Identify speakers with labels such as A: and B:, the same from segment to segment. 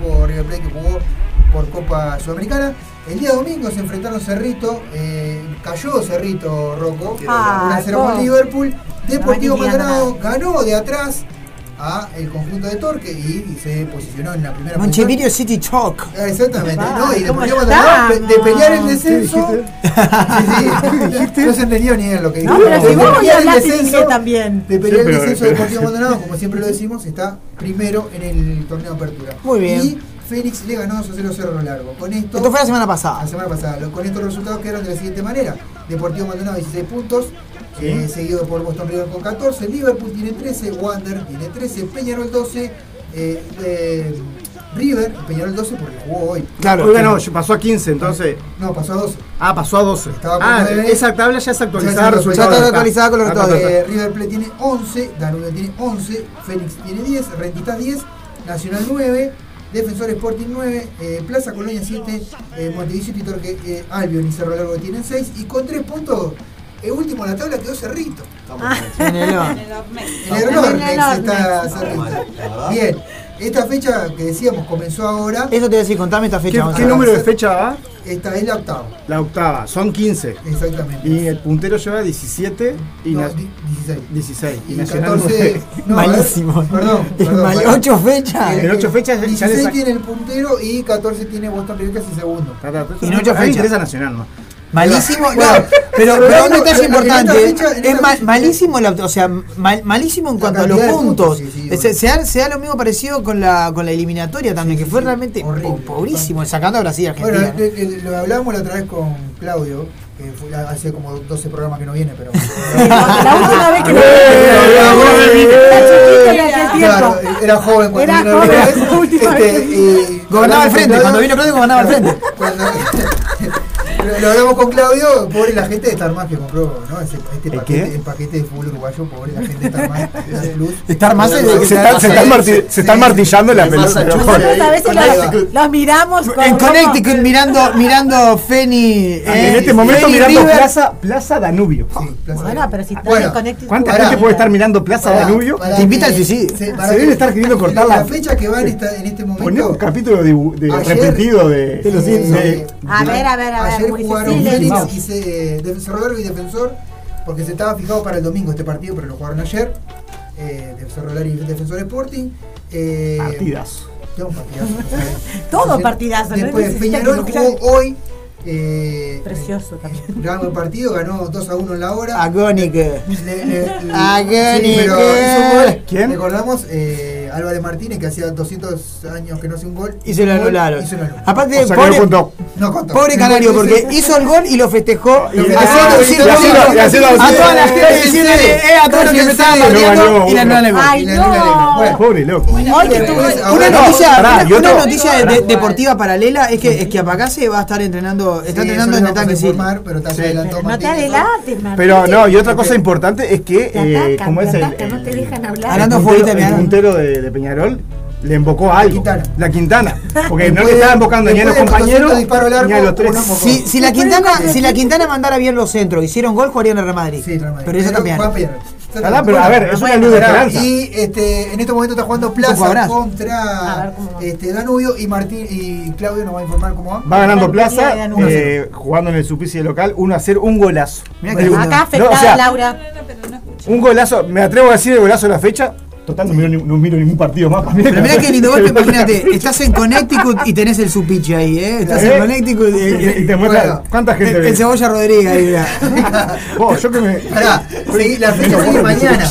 A: por River Plate que jugó por Copa Sudamericana. El día domingo se enfrentaron Cerrito, eh, cayó Cerrito Rocco,
B: Ah,
A: 1-0 por
B: Rocco.
A: Liverpool. Deportivo
B: No, ni
A: Maldonado ganó de atrás a el conjunto de Torque y, y se posicionó en la primera posición.
C: Montevideo City Talk.
A: Exactamente,
B: Ah,
A: ¿no? Y
B: ¿cómo
A: Deportivo Maldonado pe- de
B: estamos?
A: pelear el descenso. Sí, sí. No se entendió ni en lo que dijo.
B: No, pero si
A: De
B: vos hoy
A: pelear el
B: hablaste en
A: descenso-
B: inglés también.
A: de pelear el
D: Siempre-
A: descenso de Deportivo Maldonado, como siempre lo decimos, está primero en el torneo de apertura.
C: Muy bien.
A: Y Félix le ganó 2 a 0 Cerro Largo. Con esto,
C: Esto fue la semana
A: la
C: pasada.
A: semana pasada, lo- con estos resultados quedaron de la siguiente manera. Deportivo Maldonado 16 puntos, eh, seguido por Boston River con 14, Liverpool tiene 13, Wander tiene 13, Peñarol 12, eh, eh, River, Peñarol 12 porque jugó hoy.
C: Claro.
D: Oiga, no, pasó a 15, entonces.
A: No, pasó a 12.
D: Ah, pasó a 12.
A: Estaba por
D: ah,
A: nueve.
D: esa tabla ya está
A: Ya
D: actualizada.
A: está
D: resultado está.
C: actualizada. Ya está actualizada con los
D: Ah,
C: resultados.
D: perfecto.
A: Eh, River Plate tiene 11, Danubio tiene 11, Fénix tiene 10, Rentistas 10, Nacional 9, Defensor Sporting 9, eh, Plaza Colonia 7, eh, Montevideo y Torque eh, Albion y Cerro Largo tienen 6 y con 3 puntos, el último en la tabla quedó Cerrito.
C: En el León.
A: En el honor
B: En el
A: está
B: Ormex.
A: Cerrito. Bien, esta fecha que decíamos comenzó ahora,
C: Eso te voy a decir, contame esta fecha.
D: ¿Qué, qué
C: Gonzalo.
D: número de fecha va?
A: esta es la octava,
D: La octava, son 15.
A: exactamente.
D: Y el puntero lleva 17 y
A: No,
D: na-
A: di- 16.
D: 16. Y,
A: Y
D: Nacional
A: 14,
D: nueve.
A: no, a ver,
C: Malísimo.
A: Perdón, perdón.
C: Mal-
A: perdón.
C: ocho fechas.
A: Eh,
D: En ocho fechas ya le
A: 16
D: saca-
A: tiene el puntero y 14 tiene Boston River casi segundo.
D: Ta, ta, ta,
C: Y en ocho
D: a mí me
C: fechas.
D: interesa Nacional, ¿no?
C: Malísimo, no,
A: Bueno,
C: pero,
A: pero
C: pero un
A: bueno,
C: detalle
A: en esta
C: importante, ¿eh?
A: fecha- en
C: es
A: esta
C: ma-
A: fecha-
C: malísimo, la, o sea, mal- malísimo en
A: La
C: cuanto a los
A: cantidad de puntos,
C: puntos.
A: sí, sí,
C: Eh,
A: bueno.
C: se, se da, se da lo mismo parecido con la, con la eliminatoria también, que fue
A: sí,
C: realmente po-
A: horrible.
C: pobrísimo, sacando a Brasil y Argentina.
A: Bueno,
C: ¿no?
A: le- le- lo hablábamos la otra vez con Claudio, que fue- hace como 12 programas que no viene, pero... claro,
B: La última vez que lo
E: Claro.
B: vi.
A: eh, era joven cuando
B: Era
A: vino la
B: joven,
A: otra vez.
B: la última vez que
A: y-
C: Gobernaba al frente,
A: Claudio-
C: cuando vino Claudio gobernaba al frente.
A: Cuando- lo- lo hablamos con Claudio, pobre la gente de Star Más que compró, ¿no? Ese- este
F: ¿El
A: paquete,
F: qué?
A: el paquete de fútbol uruguayo, pobre la gente de Star Más, de Plus.
C: Star Más es-
F: Se, está- se están marti- se están martillando la pelota.
B: Nosotros a veces los, los miramos con-
C: en Connecticut mirando, mirando Feni. eh,
D: en este momento
C: Feni
D: mirando
C: River.
D: Plaza, Plaza Danubio.
A: Sí, Plaza
B: Bueno,
A: Verde.
B: pero si estás
A: Bueno,
B: en Connecticut.
D: ¿Cuánta
A: Pará.
D: gente puede estar mirando Plaza
A: Pará,
D: Danubio?
A: pará
C: Te invita
A: que-
C: al suicidio.
A: pará
D: Se
A: que-
D: debe estar queriendo cortar
A: la,
D: la-
A: fecha que va en, esta- en este
D: Poné
A: momento.
D: un capítulo de, de
A: Ayer-
D: repetido de,
A: de los
D: de-
A: Simpsons.
D: de-
B: A ver, a ver, a ver.
A: Ayer
B: muy
A: jugaron
B: difícil.
A: Félix
D: Mouse.
A: y se, eh, Def- Cerro Largo y Defensor, porque se estaba fijado para el domingo este partido, pero lo jugaron ayer. Eh, Def- Cerro Largo y Defensor Sporting. Eh,
D: partidas.
A: tengo un partidazo, no sé.
B: Todo
A: Entonces,
B: partidazo, ¿no?
A: Después
B: Necesita que
A: Peñarol
B: lo
A: jugó hoy. eh,
B: Precioso también.
A: Ganó el partido, ganó 2 a 1 en la hora.
C: Agónico.
A: Le- le- le-
C: Ah, qué
A: sí, pero
C: nivel.
A: hizo un gol.
D: ¿Quién?
A: Recordamos eh, Álvarez Martínez que hacía 200 años que no hacía un gol.
C: Y se lo
A: Un gol,
C: anularon.
A: y se lo anularon.
C: Aparte,
F: O sea, que no
C: pobre,
F: contó.
A: No contó.
C: pobre
A: El
C: Canario,
A: gol
C: porque
A: ese-
C: hizo el gol y lo festejó. Ah,
A: Lo festejó,
C: haciendo
A: lo
C: un
A: festejó,
C: círculo.
F: y haciendo un
C: A
F: círculo.
C: toda la gente
A: Sí,
C: diciéndole,
A: sí.
C: eh, a todos los que me estaban
A: No
C: partiendo
D: ganó
C: y la
D: uno.
C: anulan el gol.
B: Ay,
A: Y le anularon el gol.
B: no.
A: Bueno,
D: Pobre loco.
B: Hoy que
A: Después,
B: estuvo-
A: ahora
C: Una
A: no,
C: noticia,
F: pará,
C: una-
F: y
C: una
F: otro-
C: noticia de- de- deportiva paralela es que Esquiapacase va a estar entrenando, está
A: sí,
C: entrenando
A: eso
C: en
A: lo vamos a
C: ataque City.
A: informar, pero te
D: Sí.
A: adelantó
B: Pero no te
A: Martínez.
B: adelantes, Martín.
D: Pero no, y otra cosa importante es que,
B: Te
D: eh,
B: atacan,
D: ¿cómo
B: te
D: es el,
B: atacan, no te
D: el-
B: dejan hablar.
D: el
C: Hablando
D: puntero,
C: fuerte,
D: el
C: mirá.
D: puntero de, de Peñarol le invocó a algo.
A: Quintana.
D: La Quintana. Porque no le
A: Después-
D: estaba invocando ni a los
A: después de
D: compañeros
A: 400 disparos al
D: ni a
A: arco,
D: los tres.
A: uno mojó.
C: Si, si la Quintana, si la Quintana mandara bien los centros, hicieron gol, jugarían en Real Madrid.
A: Sí, Real Madrid.
C: Pero eso también.
A: Juan Peñarol.
D: Pará, pero a ver, es una luz de esperanza.
A: Y este, en este momento está jugando
C: poco
A: Plaza
C: abrazo.
B: A
A: contra
B: ver cómo va.
A: este, Danubio y Martín y Claudio nos va a informar cómo va.
D: Va ganando
B: Bueno,
D: Plaza,
B: tenía ganado uno a
D: eh, jugando en el suplicio local, 1 a 0, un golazo.
C: Mirá que
D: Un-
C: lindo.
B: Acá afectada
D: No, o sea,
B: Laura.
D: Un golazo, me atrevo a decir el golazo de la fecha. Total, no miro, ni- no miro ningún partido más.
C: Pero mirá qué lindo golpe, imagínate, estás en Connecticut y tenés el supiche ahí, ¿eh? Estás
D: ¿Eh?
C: en Connecticut y, y-
D: Y te muestra
A: Bueno.
D: cuánta gente
C: el,
D: ve.
C: el Cebolla Rodríguez ahí, mirá.
D: Vos, yo que me.
A: Pará, seguí- la fecha sigue mañana.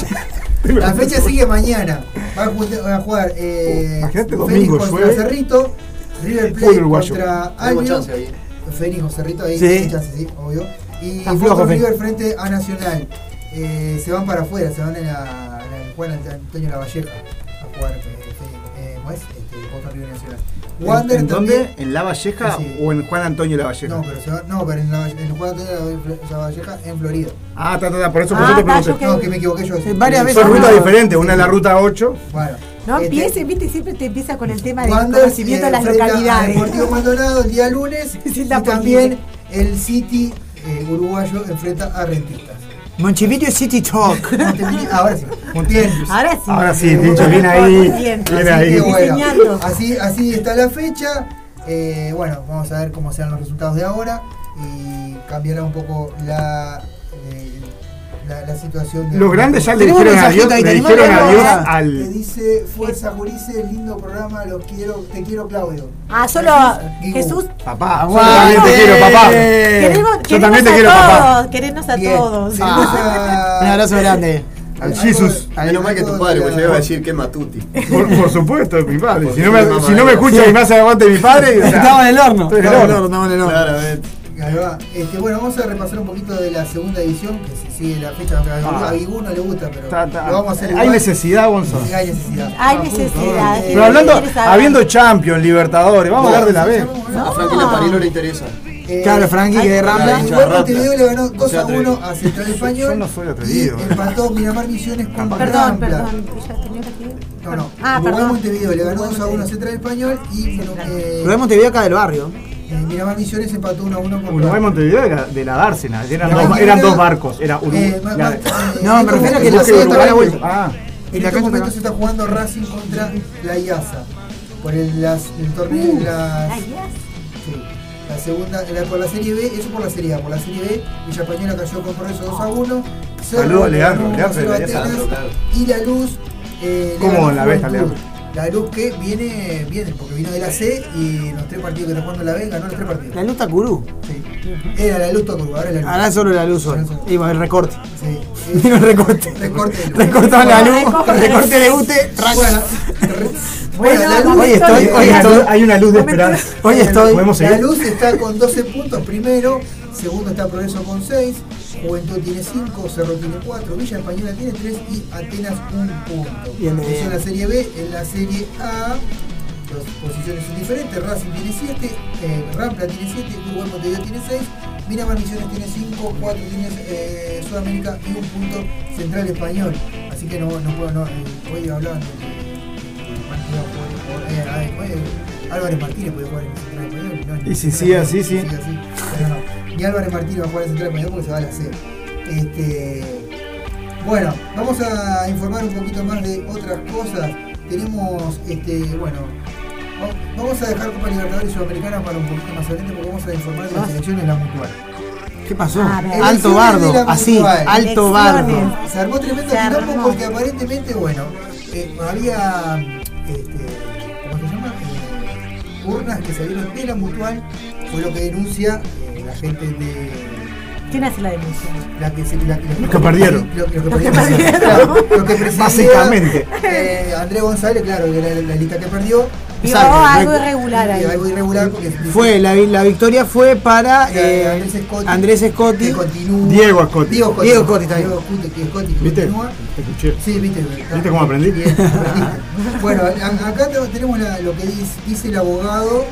A: La fecha sigue mañana. Va a ju- va a jugar eh,
D: Imagínate
A: Fénix
D: domingo,
A: contra
D: llueve.
A: Cerrito, River
D: Fútbol
A: Plate
D: uruguayo.
A: contra
E: Tengo
A: Albion,
E: chance ahí.
A: Fénix o Cerrito ahí,
C: Sí.
A: sí. chance, sí, obvio. Y
D: Está flojo,
A: Boston
D: Fénix.
A: River frente a Nacional. Eh, se van para afuera, se van a la, a la- juegan ante Antonio Lavalleja a jugar eh, Fénix, eh, ¿cómo es? Este, Boston River y Nacional. Wander
D: ¿En
A: también-
D: dónde? ¿En La Valleja
A: Sí.
D: o en Juan Antonio La Valleja?
A: No, pero se va, no, pero en la, en el juego de Antonio Lavalleja en Florida.
D: Ah, está, está, está, por eso
B: Ah,
D: por eso
B: está,
D: te
B: yo
D: pregunté.
A: No, que me equivoqué yo.
C: Eh, varias veces.
D: Son
C: no,
D: rutas
C: no.
D: diferentes, una es la ruta 8.
A: Bueno.
B: No
D: eh,
A: este,
B: empieces, viste, siempre te empieza con el tema del
A: Wander,
B: conocimiento de
A: eh,
B: las
A: frente a Deportivo
B: localidades.
A: Maldonado el día lunes
B: Es
A: y
B: el Napoli.
A: también el City eh, uruguayo enfrenta a Rentistas.
C: Montevideo City Talk.
A: Montevideo- Ahora sí. Bien.
B: Ahora sí.
D: Ahora sí, Tincho, bien ahí.
B: Bien.
D: Bien
A: Así, que,
D: ahí.
A: bueno,
B: Diseñando.
A: así, así está la fecha. Eh, bueno, vamos a ver cómo serán los resultados de ahora y cambiará un poco la, eh, la, la situación. De
D: Los grandes ya le
C: Tenemos
D: dijeron
C: mensajito
D: adiós,
C: ahí,
D: le
C: tenemos
D: dijeron adiós
C: mensajito.
A: Que
D: al.
A: dice, fuerza Jurice, lindo programa, los quiero, te quiero Claudio.
B: Ah, solo
A: Guigu.
B: Jesús.
D: Papá,
C: Aguante.
D: yo también te quiero, papá.
B: Queremos,
D: Yo
B: queremos
D: también te
B: a
D: quiero, papá. Ah.
B: todos. Queremos a
A: Bien,
B: todos.
A: seguimos a-
C: Un abrazo grande.
D: Al
A: algo-
D: Jesus.
F: Menos mal que tu
A: algo
F: padre,
A: de
F: porque
A: la-
F: yo iba a decir que Matuti.
D: Por, por supuesto, mi padre. Si no
F: mi
D: me,
F: mamá
D: si no me
F: era.
D: escucha y me hace aguante mi padre, o sea,
C: Estaba en el horno.
D: Estoy en el
C: Estaba en el
D: horno.
C: horno, estaba en el horno.
F: Claramente.
A: Ahí va. Este, bueno, vamos a repasar un poquito de la segunda edición, que si sigue la fecha, aunque a
D: Ah.
A: Guigú no le gusta, pero
D: está- está-
A: lo vamos a hacer
D: Hay
A: igual.
D: necesidad, Gonzalo. Ah,
A: Sí, hay necesidad.
B: Hay necesidad.
A: Eh,
D: Pero hablando,
B: ¿Quieres saber?
D: habiendo Champions, Libertadores, vamos a hablar de la B.
F: A Frankie París
A: Ah,
F: no le interesa.
A: Eh,
C: Claro, Frankie, que de
A: Rambla.
C: Rambla.
F: Ay,
A: Igual Montevideo le ganó
F: No
A: 2 a
F: sea
A: 1 a Central Español.
D: Yo no soy atrevido,
A: atrevido.
D: eh.
A: Y empató Miramar Misiones con
B: Perdón,
A: Rambla.
B: perdón. ¿Ya tenía que decir?
A: No, no.
B: Ah,
A: Uruguay
B: perdón.
A: Montevideo le ganó 2 a 1 a Central Español y eh,
C: Lo vemos te veo acá del barrio.
A: eh, Miramar Misiones empató 1 a 1 con
D: Uruguay
A: Rambla.
D: Montevideo era de la dársena, eran,
A: No,
D: dos,
A: no,
D: eran
A: no,
D: dos
A: no.
D: barcos, era Uruguay.
A: Eh, ma- ma- eh,
C: No,
A: en
C: me refiero a
A: estos
C: que
A: momentos-
C: la sede está la vuelta.
D: Ah,
C: Y la
A: En estos
C: cancha
A: momentos se
C: está-
A: está jugando Racing contra la IASA por el, las- el torneo
C: Uh,
A: de las-
B: Ay, yes.
A: sí, la segunda la- por la Serie B, eso por la Serie A, por la Serie B Villa Española cayó con Progreso 2 a 1. Cerro
D: Saludos a
A: le
D: Leandro,
A: ganó
D: Leandro,
A: 1 a
D: Leandro,
A: Atenas,
F: claro.
A: y la Luz eh, le
D: ¿Cómo
A: ganó
D: la ves,
A: Juventud.
D: Leandro?
A: La Luz que viene bien, porque vino de la C y los tres partidos que está jugando la B ganó los tres partidos.
C: La luz Ah, está curú.
A: Sí. Era la Luz Tocurba, ahora es la Luz.
C: Ahora solo la luz hoy. Y bueno, el recorte.
A: Sí.
C: Vino el recorte.
A: Recorte de Luz.
C: Recortaban la luz,
B: Recoge.
C: recorte de UTE.
A: Bueno,
B: Bueno,
A: la luz-
C: hoy estoy, hoy
D: Hay una
C: estoy,
D: luz- hay una luz de
B: No me
D: esperanza.
C: hoy estoy.
D: Podemos
A: La
D: seguir.
A: luz está con 12 puntos primero, segundo está Progreso con 6, Juventud tiene 5, Cerro tiene 4, Villa Española tiene 3 y Atenas un punto.
C: Bien, bien.
A: Eso en la Serie B, en la Serie A las posiciones son diferentes, Racing tiene 7, eh, Rampla tiene 7, Uruguay Montevideo tiene 6, Miramar Misiones tiene 5, 4 tiene eh, Sudamérica y un punto Central Español. Así que no, no puedo, no, eh, hoy hablaban de que Martínez puede jugar, eh, ah, después, eh, Álvarez Martínez puede jugar en Central Español. no, ni-
D: Y si sigue así, sí.
A: si sigue así. Pero no, ni Álvarez Martínez va a jugar en Central Español porque se va a la C. Este, bueno, vamos a informar un poquito más de otras cosas. Tenemos, este, bueno, va- vamos a dejar Copa Libertadores Sudamericana para un poquito más adelante porque vamos a informar de las elecciones de la mutual.
C: ¿Qué pasó?
B: A ver.
C: Alto
A: Elecciones de
C: bardo,
A: la
C: así,
A: mutual.
C: alto bardo.
B: Ah, Elecciones.
A: Se armó tremendo
B: Se armó.
A: quilombo porque aparentemente, bueno, eh, había, este, ¿cómo se llama? Eh, urnas que salieron de la mutual, fue lo que denuncia eh, la gente de
B: ¿Quién hace la denuncia?
A: la que se- la-
D: Los que perdieron.
A: Lo, lo
B: Los que
A: que
B: perdieron.
A: perdieron. Claro, lo que presidía,
D: Básicamente.
A: eh, Andrés González, claro, que era la, la lista que perdió.
B: Vio
C: Exacto,
B: algo
C: no hay-
B: irregular ahí.
A: Y algo irregular porque
C: Fue, la, vi- la victoria fue para
A: Ya,
C: eh,
A: Andrés Scotti.
C: Andrés Scotti.
A: que continúa.
D: Diego Ascotti.
A: Diego Scotti.
C: Diego Scotti está ahí.
A: Diego Scotti, que Scotti
D: ¿Viste?
A: continúa.
D: Te escuché.
A: Sí, viste.
D: ¿Viste cómo aprendí?
A: Bien, aprendiste. bueno, a- acá te- tenemos la- lo que dice, dice el abogado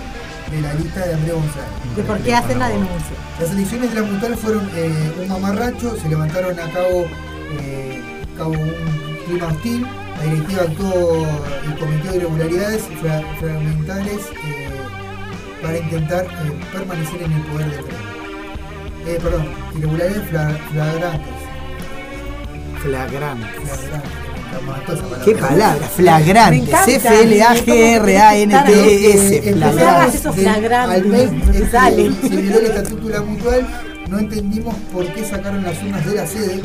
A: de la lista de Andrés González.
B: ¿De por qué hacen la denuncia?
A: Las elecciones de la mutual fueron eh, un mamarracho, se levantaron a cabo, eh, cabo un clima hostil, la directiva actuó y cometió irregularidades fra- fragmentales eh, para intentar eh, permanecer en el poder de Eh, perdón, irregularidades fra- flagrantes.
C: Flagrante.
A: flagrantes, escamatosa palabra.
C: Qué palabra,
B: Me
C: flagrante.
B: encanta.
A: Eh,
C: C-F-L-A-G-R-A-N-T-E-S.
A: empezamos
B: hagas
C: Flagrante.
B: eso
A: de-
B: flagrante,
A: al mes,
B: no te
A: eh,
B: sale.
A: Se violó el estatuto de la mutual, no entendimos por qué sacaron las urnas de la sede.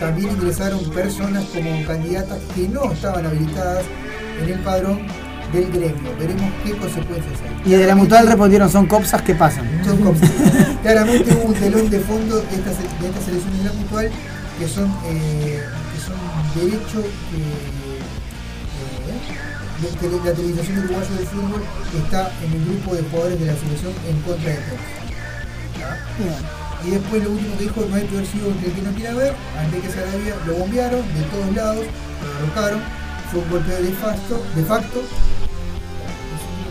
A: También ingresaron personas como candidatas que no estaban habilitadas en el padrón del gremio. Veremos qué consecuencias hay.
C: Y de la mutual respondieron, son copsas que pasan.
A: Son como- Claramente hubo un telón de fondo de estas, de estas elecciones de la mutual que son, eh, que son derecho que eh, de- de- la televisación uruguayo del fútbol está en el grupo de jugadores de la selección en contra de todos. Y después lo último que dijo, no hay peor ciego que el que no quiera ver, antes que Sarabia lo bombearon de todos lados, lo derrocaron, fue un golpe de facto, de facto.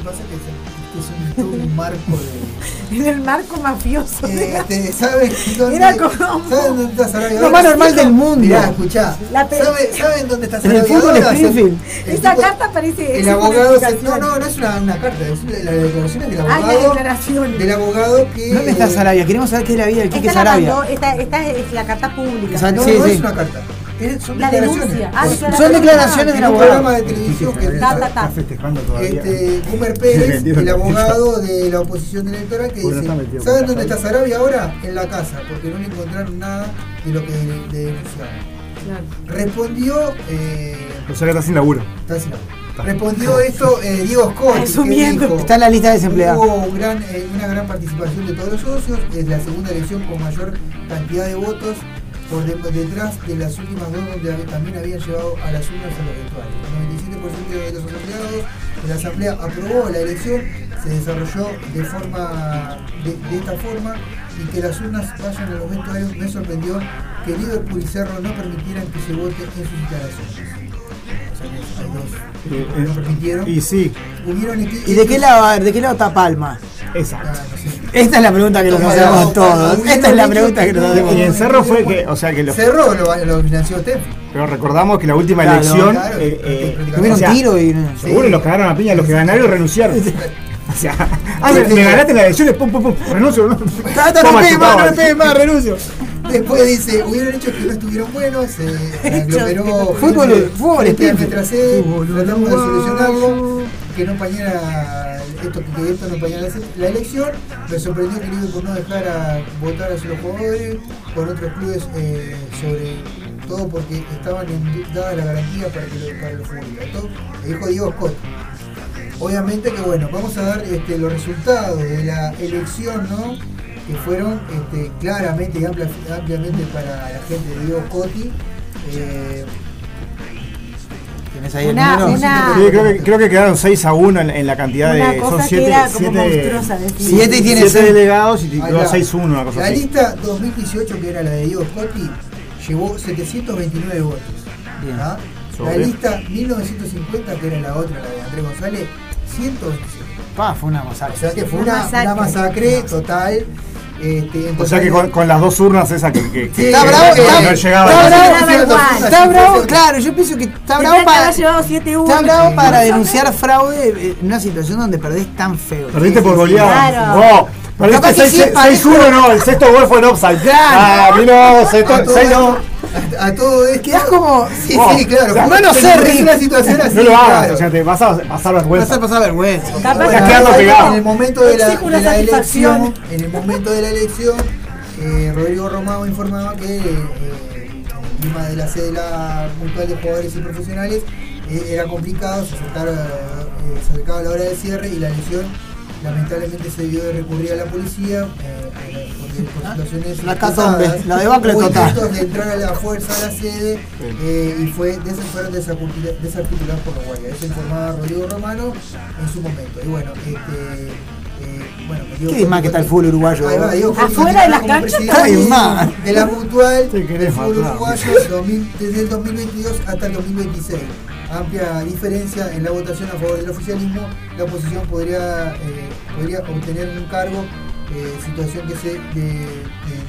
A: pasa que se- este es un, todo un marco de.
B: En el marco mafioso. de
A: Eh,
B: la-
A: te- ¿Sabes dónde,
B: Era como-
A: ¿saben dónde está Sarabia?
C: Lo más normal del mundo.
A: Mirá, escuchá.
B: La pe-
A: ¿sabe- ¿Saben dónde está
C: En el
A: Sarabia?
C: fútbol
A: Ahora?
C: Springfield.
A: El
B: Esa
A: tipo-
B: carta parece.
A: El
B: es una
A: abogado. se- no,
B: explicación.
A: no, no es una, una carta, es la, la declaración es del
B: Ah,
A: abogado.
B: la declaración.
A: Del abogado que.
C: ¿Dónde está
A: eh,
C: Sarabia? Queremos saber qué es la vida del Quique
B: Esta, la mandó,
C: Sarabia.
B: esta, esta es la carta pública.
C: Exacto.
A: No,
C: Sí,
A: no
C: sí.
A: es una carta. es- son
B: La
A: declaraciones.
B: denuncia. Ah,
A: Son-
C: Son declaraciones del
A: en un
C: abogado.
A: programa de televisión que
B: Ta, ta, ta.
D: Está festejando todavía.
A: este, Boomer
D: Sí,
A: Pérez,
D: vendido
A: el
D: la
A: abogado de la oposición electoral, que
D: Bueno,
A: dice,
D: está metido
A: ¿saben
D: con
A: dónde
D: la
A: está Sarabia ahora? En la casa, porque no le encontraron nada de lo que de- de denunciaron.
B: Claro.
A: Respondió, eh,
D: O sea que está sin laburo.
A: está sin nombre. respondió esto eh, Diego Scott, que
B: Resumiendo.
A: dijo,
C: Está en la lista de desempleados.
A: Hubo un gran, eh, una gran participación de todos los socios, es la segunda elección con mayor cantidad de votos por de- detrás de las últimas dos donde hab- también habían llevado a las urnas a los eventuales. El 97% de los asociados de la Asamblea aprobó la elección, se desarrolló de, forma, de, de esta forma y que las urnas vayan a los vestuarios me sorprendió que Liverpool y Cerro no permitieran que se vote en sus instalaciones. O sea, que hay dos.
D: Eh,
A: No permitieron.
D: y sí,
A: Hubieron equi-
C: ¿Y de qué lado, de qué lado está Palma?
D: exacto.
A: Ah, no sé.
C: Esta es la pregunta que nos
A: Toma,
C: hacemos
A: no,
C: todos.
A: no,
C: Esta es la
A: no,
C: pregunta que nos
A: no,
C: hacemos
D: Y
C: todos.
D: en Cerro fue que, o sea que los,
A: Cerro lo, lo financió usted.
D: pero recordamos que la última
C: Claro,
D: elección,
A: claro,
D: eh, eh,
A: prácticamente.
C: Tuvieron
D: o sea,
C: tiro y.
D: seguro los cagaron a piña, los que ganaron renunciaron. O sea, ah, me,
A: Sí.
D: me ganaste las elecciones, pum, pum, pum, renuncio, no.
C: Ah, está,
D: Toma,
C: me pegues
D: chupaba.
C: más, me pegues más, renuncio.
A: Después dice, hubieron hechos que no estuvieron buenos, se aglomeró eh,
C: Fútbol,
A: gente-
C: fútbol,
A: gente de
C: Springfield.
A: nuestra sede,
C: Fútbol
A: tratamos de
C: uruguayo.
A: solucionarlo, que no pañara esto, que esto no pañara la- la elección, me sorprendió que Liverpool no dejara votar a los jugadores por otros clubes eh, sobre todo porque estaban en- dadas las garantías para que lo- para los futbolistas. Esto lo dijo Diego Scott. Obviamente que bueno, vamos a dar este, los resultados de la elección, ¿no? Que fueron este, claramente y amplia- ampliamente para la gente de Diego Cotti. Eh,
C: ¿Tenés ahí el
B: Una-
C: número?
B: una-
D: Sí, creo que, creo que quedaron 6 a 1 en, en la cantidad
B: Una
D: de.
B: cosa
D: Son
B: que
D: 7
B: era como monstruosa. de decir.
C: Siete y tiene seis.
D: delegados y
A: ahí
D: quedó
A: va.
D: 6 a 1, una cosa
A: la
D: así.
A: lista 2018, que era la de Diego Cotti, llevó 729 votos.
C: Bien.
A: ¿ah? La
D: Sobre.
A: lista 1950, que era la otra, la de Andrés González, 127.
C: Pa, fue una
A: O
C: masacre.
A: sea que fue
B: Una
A: una una masacre,
B: masacre.
A: total. Este, en
D: O sea que
A: total-
D: con, con las dos urnas esas que. que- que-
C: Está
D: que-
C: bravo,
D: que
C: está-
D: no llegaba.
C: está
D: a-
C: bravo,
B: Llegaba
A: sí,
B: igual.
A: sí,
C: Está
A: sí,
C: bravo,
A: sí.
C: claro, yo pienso que está
B: Tendrán
C: bravo
B: que haber
C: para.
B: llevado 7-1.
C: Está bravo para
B: Más o
C: denunciar fraude eh, en una situación donde perdés tan feo.
D: Perdiste por goleada.
B: claro.
D: Oh,
C: Capaz
D: perdiste
C: que sí es
D: 6
C: parejo.
D: 1, no. El sexto gol fue en offside. Ah, vino,
A: a
D: sexto,
A: todo,
D: 6 no.
A: a, a todo esto.
C: Quedás como.
A: Sí,
D: Oh,
A: sí, claro.
D: o sea,
A: porque
C: no sé,
A: tenés
C: Rick.
A: una situación así.
D: No lo hagas,
A: claro.
D: o sea, te vas a pasar
C: Vas
D: vergüenza.
C: a pasar vergüenza.
B: Capaz
A: Bueno,
D: Estás quedando
A: en
D: pegado.
A: el momento de la,
B: Exijo una
A: de la
B: satisfacción.
A: elección, en el momento de la elección, eh, Rodrigo Romao informaba que eh, eh, el clima de la sede de la Mutual de Jugadores y Profesionales eh, era complicado, se acercaba, eh, se acercaba la hora del cierre y la elección lamentablemente se vio de recurrir a la policía eh, porque por situaciones
C: Ah, La catombe,
A: pesadas,
C: la debacle
A: hubo
C: total.
A: intentos de entrar a la fuerza a la sede eh, y fue des- fueron desarticula- desarticulados por los guardias. Eso informaba Rodrigo Romano en su momento. Y bueno, este. eh, bueno, me digo-
C: Qué desmán que está el fútbol uruguayo, eh?
A: Ahí va,
C: ¿verdad?
A: Diego Costa
B: Afuera de las
A: como
B: canchas
A: presidente
C: está desmán.
A: De la mutual
D: Te
A: del
D: querés
A: fútbol
D: matar.
A: uruguayo 2000 desde el 2022 hasta el 2026. Amplia diferencia en la votación a favor del oficialismo. La oposición podría, eh, podría obtener un cargo, eh, situación que se de- de-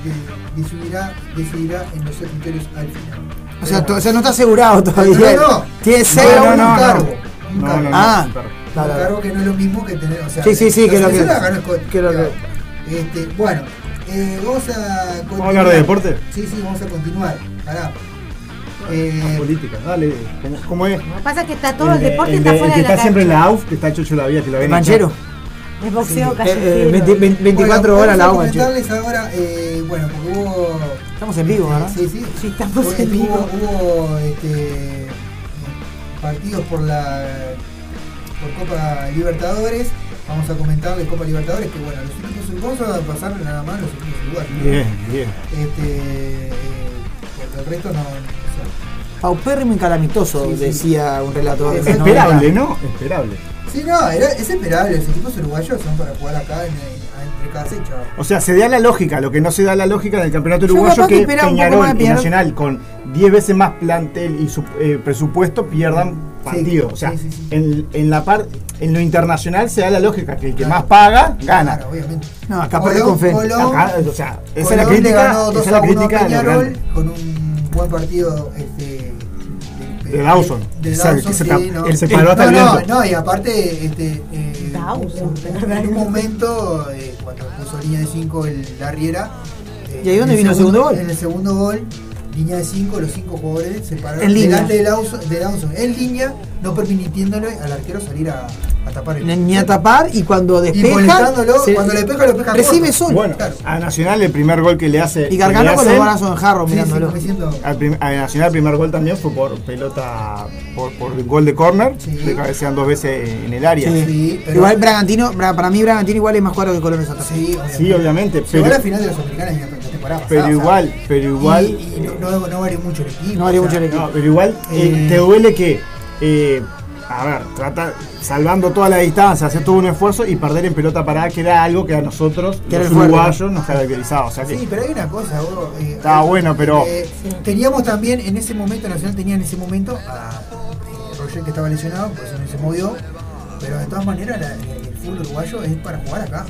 A: de- decidirá, decidirá en los criterios al final.
C: O sea, to- o sea, no está asegurado
A: No,
C: todavía.
A: no, no.
C: Tiene
A: No,
C: seis
A: no,
C: a uno.
A: no,
D: no.
A: un cargo. Un
D: No,
A: cargo.
D: no, no.
C: Ah,
A: Un
C: claro.
A: cargo que no es lo mismo que tener, o sea,
C: Sí, sí, sí, que lo que-
A: la ganó Scott.
C: que lo que-
A: Este, bueno, eh, vamos a continuar.
D: a hablar de deporte?
A: Sí, sí, vamos a continuar. Pará. Eh,
D: Política, dale. ¿Cómo, cómo es?
B: menos. Pasa que está todo el,
D: de-
B: deporte
D: el
B: está
D: de-
B: fuera
D: el que
B: de la
D: está siempre en
B: cancha.
D: la AUF, que está chocho la vida, que lo
C: El
D: ven.
C: manchero.
B: Es boxeo
C: Eh, eh,
B: callejero.
C: 20 20 24
A: bueno,
C: horas la
A: vamos
C: agua,
A: a
C: manchero.
A: comentarles ahora, eh, bueno, porque hubo.
C: Estamos en vivo, ¿verdad?
A: Sí, sí.
B: Sí, estamos
A: Hubo-
B: en vivo.
A: Hubo, este, partidos por la por Copa Libertadores. Vamos a comentar de Copa Libertadores, que bueno, los equipos vamos a pasar nada más los equipos uruguayos.
D: Bien, bien.
A: Este, eh, porque el resto no. o
C: Paupérrimo y calamitoso,
A: Sí, sí.
C: decía un relator.
A: Es
C: de la
D: Esperable,
C: novela.
D: ¿no? Esperable.
A: sea. Sí, no, era- es esperable. Los equipos uruguayos son para jugar acá en, en- entre casa y chao.
D: O sea, se da la lógica, lo que no se da la lógica del campeonato
C: Yo
D: uruguayo
C: capaz que
D: que
C: esperaba un poco
D: Peñarol
C: más de
D: y
C: Peñarol.
D: Nacional con 10 veces más plantel y su eh, presupuesto pierdan
A: Sí,
D: partido. o sea,
A: sí, sí, sí.
D: En, en la par en lo internacional se da la lógica que el que más paga, gana.
A: Claro, obviamente.
C: No, acá perdí
A: Colón-
C: con fe.
A: Colón-
D: Acá, o sea, esa es la
A: Colón le
D: crítica,
A: ganó
D: esa
A: 2
D: es
A: a
D: la
A: 1 a
D: crítica de lo
A: Peñarol
D: grande.
A: con un buen partido este,
D: De Dawson.
A: De
D: Exacto,
A: Dawson,
D: que se
A: sí,
D: tap-
A: no.
D: él se paró hasta
A: no,
D: el
A: no,
D: viento.
A: no, y aparte, este, eh,
B: Dawson,
A: en un momento, eh, cuando puso línea de 5 el la Riera. eh,
C: ¿Y ahí dónde
A: en
C: vino el segundo gol?
A: En el segundo gol, línea de 5, los 5 jugadores se pararon
C: En línea.
A: delante de Dawson, de Dawson, en línea, no permitiéndole al arquero salir a, a tapar el
C: Ni, ni a tapar y cuando despeja.
A: molestándolo,
C: se-
A: cuando le pega, lo pega
C: Recibe
A: corto.
C: solo.
D: Bueno,
A: Claro.
D: a Nacional el primer gol que le hace. que
C: y
D: le
C: Gargano con los
D: hacen,
C: brazos en jarro
A: Sí, sí,
C: mirándolo.
A: me siento-
D: al prim- a Nacional el primer gol también fue por pelota, por, por gol de córner,
A: Sí.
D: le cabecean dos veces en el área.
C: Sí.
A: Sí, pero-
C: Igual Bragantino, Bra- para mí Bragantino igual es más cuadro que Colón de Santa Fe.
A: Sí,
D: Sí, obviamente,
A: Llegó
D: pero-
A: a la final de los americanos en la temporada pasada,
D: Pero
A: o sea,
D: igual, pero igual.
A: Y, y no, no, no vale mucho el equipo.
C: No vale
A: o
C: mucho
A: sea,
C: el equipo.
D: No, pero igual eh,
A: Eh.
D: te duele que, eh, a ver, trata salvando toda la distancia, hacer todo un esfuerzo y perder en pelota parada, que era algo que a nosotros,
C: Que era
D: los
C: el fuerte.
D: uruguayos, nos caracterizaba. O sea que
A: Sí, pero hay una cosa, vos, eh,
D: Está
A: hay-
D: bueno, pero-
A: eh, teníamos también en ese momento, Nacional tenía en ese momento a eh, Roger que estaba lesionado, por eso no se movió. Pero de todas maneras, la- el fútbol uruguayo es para jugar acá.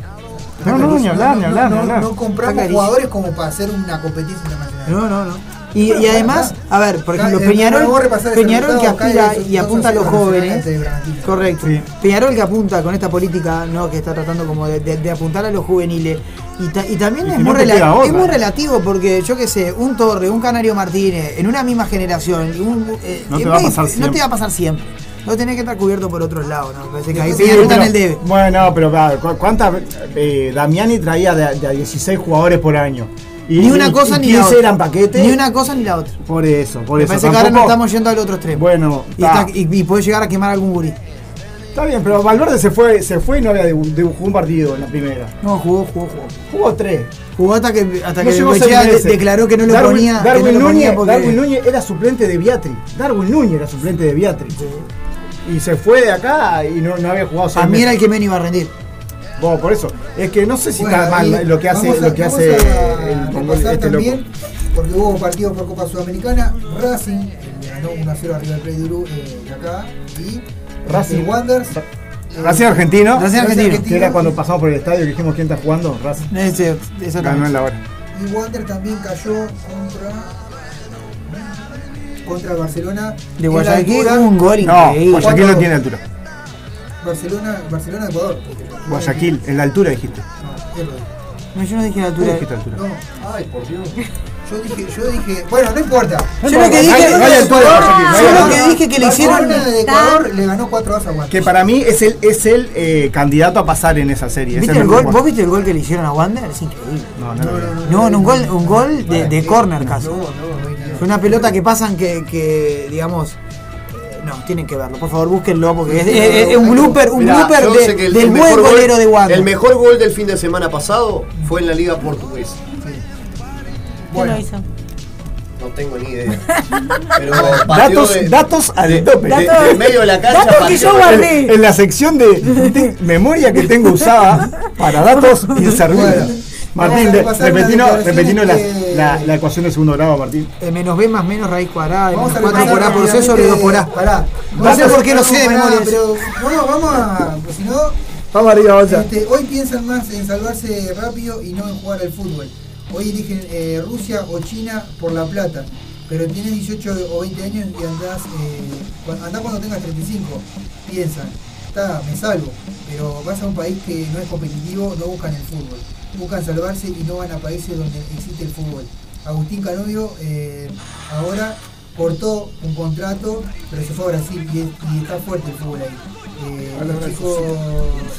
D: No, no, ni hablar, ni hablar, ni
A: no,
D: hablar.
A: no
C: Está
A: compramos
C: clarísimo.
A: jugadores como para hacer una competencia internacional.
C: No, no, no. Y,
A: Bueno,
C: y además,
A: bueno,
C: a ver, por
A: Acá,
C: ejemplo,
A: eh, vamos a
C: Peñarol,
A: repasar el
C: Peñarol que
A: resultado, acá
C: aspira
A: hay dos-
C: y apunta a los
A: dos a cero
C: jóvenes.
A: ante Bragantino.
C: Correcto.
D: Sí.
C: Peñarol que apunta con esta política ¿no? que está tratando como de, de- de apuntar a los juveniles. Y, ta- y también
D: Y
C: es,
D: que
C: muy
D: no te
C: rela-
D: queda otra.
C: es muy relativo porque yo qué sé, un Torre, un Canario Martínez, en una misma generación, y un, eh,
D: No te
C: es
D: va a
C: muy-
D: pasar
C: no te
D: siempre.
C: va a pasar siempre. No tenés que estar cubierto por otros lados, ¿no? Me Parece que ahí
A: Sí,
C: Peñarol está en
D: pero-
C: el debe.
D: Bueno, pero claro, ¿cu- ¿cuántas? eh, Damiani traía de, de a 16 jugadores por año. Y,
C: Ni una
D: y-
C: cosa
D: y
C: ni la
D: 15
C: otra.
D: eran paquetes.
C: Ni una cosa ni la otra.
D: Por eso, por
C: Me
D: eso.
C: parece que ahora nos
D: Tampoco-
C: estamos yendo al otro extremo.
D: Bueno,
C: y,
D: está.
C: está- y- y podés llegar a quemar algún gurí.
D: Está bien, pero Valverde se fue, se fue y no había debu- debu- jugó un partido en la primera.
C: No, jugó, jugó, jugó.
D: Jugó tres.
C: Jugó hasta que, hasta
D: No
C: que
D: llegó a ser
C: Goicoechea de-
D: meses.
C: declaró que no lo
D: Darwin-
C: ponía. que no
D: Darwin,
C: lo ponía
D: Núñez,
C: porque-
D: Darwin Núñez era suplente de Beatriz. Darwin Núñez era suplente de Beatriz. Y se fue de acá y no, no había jugado. seis
C: A mí era
D: meses.
C: el que menos iba a rendir.
D: Vos, por eso. Es que no sé si
A: Bueno,
D: está
A: ahí
D: mal lo que hace,
A: vamos a-
D: lo que
A: vamos
D: hace
A: a
D: el mongol
A: repasar
D: este
A: también,
D: loco.
A: Porque hubo partido por Copa Sudamericana, Racing le ganó 1 0 arriba del Rey de Uruguay eh, de acá y
D: Racing.
A: este, Wanderers.
D: Ra-
A: eh,
D: Racing Argentino.
C: Racing Argentino.
D: Que era cuando pasamos por el estadio y dijimos quién está jugando. Racing.
C: Ese,
D: Ganó en
C: exactamente.
D: la hora.
A: Y Wander también cayó contra contra el Barcelona.
C: De
A: en
C: Guayaquil,
A: la altura,
C: un gol
D: No,
C: increíble.
D: Guayaquil no
A: Cuatro-
D: tiene altura.
A: Barcelona, Barcelona de Ecuador.
D: Guayaquil, en la altura dijiste.
A: No, es lo-
C: No, yo no dije la
D: Tú
C: altura.
D: dijiste altura.
A: no,
F: Ay, por Dios.
A: yo dije, yo dije, bueno, no importa.
C: Yo lo que
D: No hay-
C: dije-
D: no hay altura en Guayaquil, no hay
C: Yo lo
D: altura.
C: que dije que le hicieron-
A: Barcelona de Ecuador le ganó 4 a Wander.
D: Que para mí es el, es el eh, candidato a pasar en esa serie. es
C: ¿Viste el
D: mejor
C: gol? ¿Vos
D: jugador.
C: viste el gol que le hicieron a Wander? Es increíble.
D: No, no, no, no.
C: No, no, un gol, un gol de, de córner casi.
A: No, no, no hay nada.
C: Fue una pelota que pasan que, que digamos. eh, No, tienen que verlo. Por favor, búsquenlo porque es, es- es un blooper, un
F: Mirá,
C: blooper
F: yo
C: de-
F: sé que el-
C: del
F: el
C: buen
F: mejor gol-
C: golero de Wander.
F: El mejor gol del fin de semana pasado fue en la Liga Portuguesa.
A: Bueno.
B: lo hizo?
F: No tengo ni idea. Pero pateó
D: Datos,
F: de-
D: datos al
F: de-
D: tope.
F: de-
B: Datos-
F: del medio de la cancha.
B: datos que yo
F: pateó.
B: guardé.
D: En, en la sección de, de memoria que tengo usada para datos
A: Bueno,
D: inservibles. Martín,
A: vamos a
D: de-
A: repasar las
D: repetino,
A: declaraciones
D: repetino la,
A: que-
D: la- la ecuación de segundo grado, Martín.
C: Eh, menos B más menos raíz cuadrada, de
A: Vamos
C: menos
A: a
C: 4 por A
A: repasar
C: por C sobre 2 por A.
A: Pará.
C: No sé por qué lo sé de
A: Pará,
C: memoria.
A: Ah, Pero no, vamos a. Pues si no,
D: Vamos arriba,
A: este, hoy piensan más en salvarse rápido y no en jugar al fútbol. Hoy eligen eh, Rusia o China por la plata. Pero tienes 18 o 20 años y andás, eh, cua- andás cuando tengas 35. Piensan, está, me salvo. Pero vas a un país que no es competitivo, no buscan el fútbol. Buscan salvarse y no van a países donde existe el fútbol. Agustín Canovio eh, ahora cortó un contrato, pero se fue a Brasil y, es- y está fuerte el fútbol ahí. Eh, el, chico,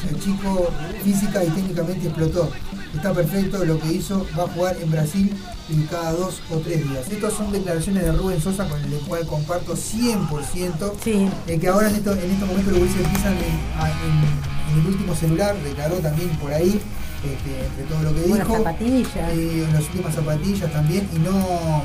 A: el chico física y técnicamente explotó. Está perfecto lo que hizo, va a jugar en Brasil y cada dos o tres días. Estas son declaraciones de Rubén Sosa con el cual comparto 100%.
B: Sí.
A: Eh, que ahora en, esto- en estos momentos los se empiezan en, a- en- en el último celular, declaró también por ahí, este, entre todo lo que
B: Buenas
A: dijo.
B: zapatillas.
A: Y en las últimas zapatillas también. Y no,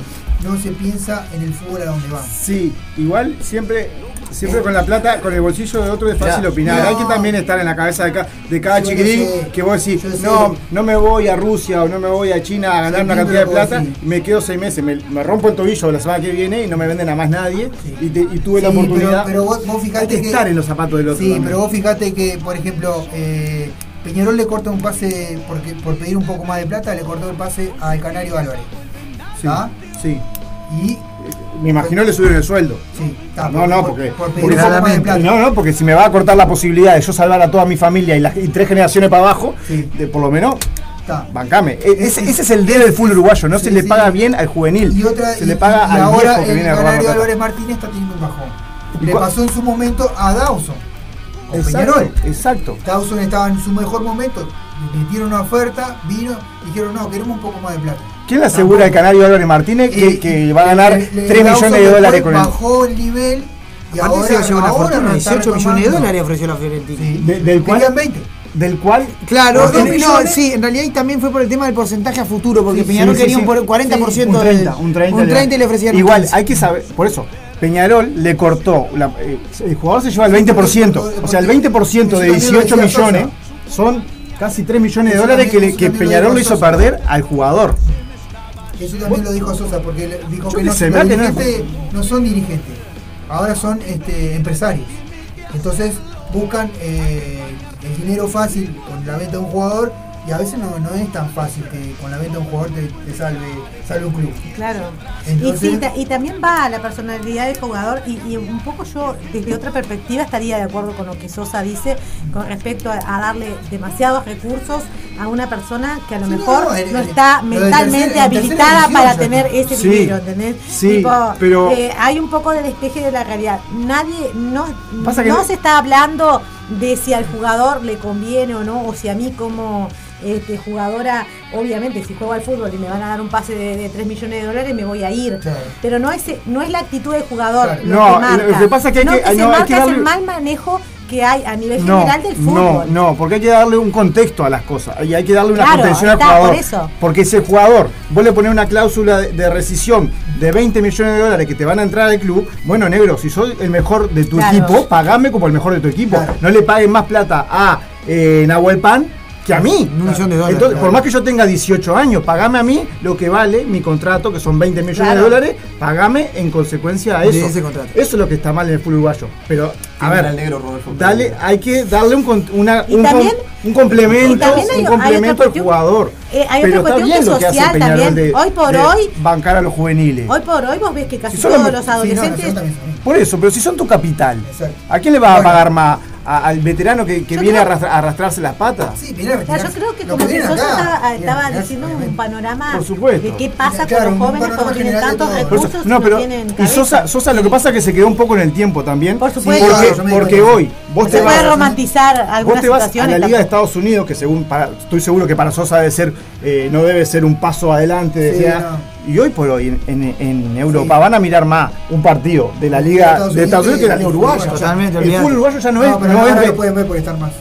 A: no se piensa en el fútbol a donde va.
D: Sí, igual siempre siempre con la plata, con el bolsillo de otro es fácil
F: Mirá.
D: opinar.
A: No.
D: Hay que también estar en la cabeza de, ca- de cada
A: Yo
D: chiquitín
A: sé.
D: que vos decís,
A: Yo sé.
D: no, no me voy a Rusia o no me voy a China a ganar
A: Sí,
D: una
A: entiendo
D: cantidad de
A: lo que vos
D: plata,
A: decís.
D: y me quedo seis meses, me, me rompo el tobillo la semana que viene y no me venden a más nadie
A: Sí.
D: y, te- y tuve la
A: Sí, pero-
D: oportunidad.
A: Pero, vos, vos fijate
D: Hay que
A: que-
D: estar en los zapatos del otro.
A: Sí,
D: también.
A: pero vos fijate que, por ejemplo, eh, Peñarol le corta un pase, porque por pedir un poco más de plata, le cortó el pase al Canario Álvarez.
D: Sí,
A: ¿Ah?
D: sí.
A: Y,
D: eh, Me imagino le subieron el sueldo.
A: sí, está,
D: No,
A: por-
D: no,
A: por-
D: porque,
A: Por pedir
D: porque
A: un poco más de
D: si-
A: plata.
D: no, no, porque si me va a cortar la posibilidad de yo salvar a toda mi familia y, las, y tres generaciones para abajo,
A: Sí.
D: de, por lo menos,
A: está.
D: bancame. E- Ese, ese es el dedo del fútbol uruguayo, no
A: Sí,
D: se le
A: sí.
D: paga bien al juvenil,
A: Y otra,
D: se
A: y-
D: le paga
A: y
D: al
A: ahora
D: viejo que
A: el
D: viene a robar la
A: Canario
D: plata.
A: Álvarez Martínez está teniendo un bajón.
D: ¿Y
A: Le
D: cuál-
A: pasó en su momento a Dawson, con
D: Exacto,
A: Peñarol.
D: exacto.
A: Dawson estaba en su mejor momento, le metieron una oferta, vino, dijeron, no, queremos un poco más de plata.
D: ¿Quién le asegura al Canario Álvarez Martínez que,
A: Eh,
D: que va a ganar
A: le- le-
D: 3
A: Dawson
D: millones de
A: después
D: dólares con él?
A: Bajó el nivel y
C: Aparte
A: ahora,
C: se llevó una
A: ahora
C: fortuna,
A: lo está
C: 18 millones de
A: retomando.
C: dólares ofreció la Fiorentina.
A: Sí.
D: De- del cual-
A: Querían 20.
D: Del cual,
C: Claro,
A: Por dos
C: en- no,
A: millones.
C: sí, en realidad y también fue por el tema del porcentaje a futuro, porque
D: Sí,
C: Peñarol
D: sí,
C: quería
D: sí,
C: un por- 40%
D: un
C: del-
D: 30, un 30,
C: un 30 y le ofrecían
D: Igual,
C: 15.
D: hay que saber, por eso, Peñarol le cortó, la- eh, el jugador se lleva el 20%, o sea, el 20% de 18 millones son casi 3 millones de dólares que, le- que Peñarol le hizo perder al jugador.
A: Eso también lo dijo Sosa, porque le- dijo
D: Yo qué
A: que no,
D: sé,
A: los
D: me va a tener-
A: dirigentes no son dirigentes, ahora son este, empresarios. Entonces buscan eh, el dinero fácil con la venta de un jugador y a veces no, no es tan fácil que con la venta de un jugador te, te salve, salve un club.
B: Claro.
A: Entonces-
B: y, sí, ta- y también va a la personalidad del jugador y, y un poco yo desde otra perspectiva estaría de acuerdo con lo que Sosa dice con respecto a, a darle demasiados recursos a una persona que a lo
A: Sí, no,
B: mejor no,
A: no, en- en-
B: está
A: lo de
B: mentalmente
A: tercera- en tercera
B: habilitada
A: división
B: para
A: ya
B: tener
A: está.
B: ese
D: Sí,
B: dinero, ¿entendés?
D: sí, pero-
B: eh, hay un poco de despeje de la realidad. Nadie, no,
D: Pasa que
B: no
D: no-
B: se está hablando de si al jugador le conviene o no, o si a mí como este, jugadora, obviamente si juego al fútbol y me van a dar un pase de, de 3 millones de dólares, me voy a ir.
A: Claro.
B: Pero no es, no es la actitud del jugador.
A: Claro.
B: Lo
D: No,
B: que marca.
D: lo que pasa es que hay
B: No,
D: que-
B: se
D: no, hay
B: marca
D: que
B: es
D: darle-
B: el mal manejo que hay a nivel
D: No,
B: general del
D: no,
B: fútbol.
D: no, porque hay que darle un contexto a las cosas y hay que darle una
B: Claro,
D: contención al
B: está,
D: jugador.
B: por eso.
D: Porque ese jugador, vos le pones una cláusula de, de rescisión de 20 millones de dólares que te van a entrar al club. Bueno, negro, si soy el mejor de tu
B: Claro.
D: equipo, pagame como el mejor de tu equipo.
A: Claro.
D: No le paguen más plata a eh, Nahuel Pan que a mí.
C: Un millón de dólares.
D: Entonces, por más que yo tenga 18 años, pagame a mí lo que vale mi contrato, que son 20 millones de
B: Claro.
D: dólares, pagame en consecuencia a
C: De
D: eso.
C: ese contrato.
D: Eso es lo que está mal en el fútbol uruguayo. Pero, a
F: Tienen
D: ver,
F: al negro Rodolfo Pérez.
D: Dale, hay que darle un, con- una-
B: Y
D: un, com-
B: también-
D: un complemento,
B: y también hay-
D: un
B: hay
D: complemento
B: otra
D: al
B: cuestión-
D: jugador.
B: eh, hay otra
D: Pero está
B: cuestión
D: bien
B: que
D: lo
B: es
D: que hace
B: social
D: Peñarol
B: también.
D: de-
B: Hoy por
D: de
B: hoy-
D: bancar a los juveniles.
B: Hoy por hoy vos ves que casi
D: Si solo
B: todos
D: me-
B: los
A: Sí, no,
B: adolescentes...
A: nosotros también somos.
D: Por eso, pero si son tu capital,
A: Exacto.
D: ¿a quién le vas
A: Bueno.
D: a pagar más? ¿A- ¿Al veterano que, que
B: Yo
D: viene a
B: creo-
D: arrastra- a arrastrarse las patas?
A: Sí, mirá,
B: O sea, yo
A: retirarse.
B: creo que
A: Lo
B: como que
A: vienen
B: Sosa
A: acá,
B: estaba,
A: vienen
B: estaba
A: retirarse,
B: diciendo un
A: obviamente.
B: panorama
D: Por supuesto.
B: de qué pasa
A: Claro,
B: con los
A: un
B: jóvenes
A: panorama
B: cuando tienen
A: general de
B: tantos
A: todo.
D: Por eso-
B: recursos y
D: no, pero
B: tienen
D: y
B: cabeza.
D: Sosa, Sosa lo que pasa es que se quedó un poco en el tiempo también.
B: Por supuesto.
D: Porque,
A: Claro, yo me di
D: porque
A: cuenta.
D: hoy vos
B: Se
D: te vas,
B: puede romantizar
D: Vos
B: algunas
D: te vas a
B: situaciones.
D: la Liga de
B: tampoco.
D: Estados Unidos, que según para- estoy seguro que para Sosa debe ser, eh, no debe ser un paso adelante.
A: Sí,
D: decía. Y hoy por hoy en, en- en Europa
A: Sí.
D: van a mirar más un partido de la
A: De
D: Liga
A: Estados
D: de Estados Unidos
A: Unidos
D: que la Liga
A: y de
D: Uruguaya.
A: Uruguay.
C: Totalmente,
D: el fútbol
C: olvídate.
D: uruguayo ya no es.
A: No, pero
D: no
A: ahora
D: es
A: lo pueden ver por estar más.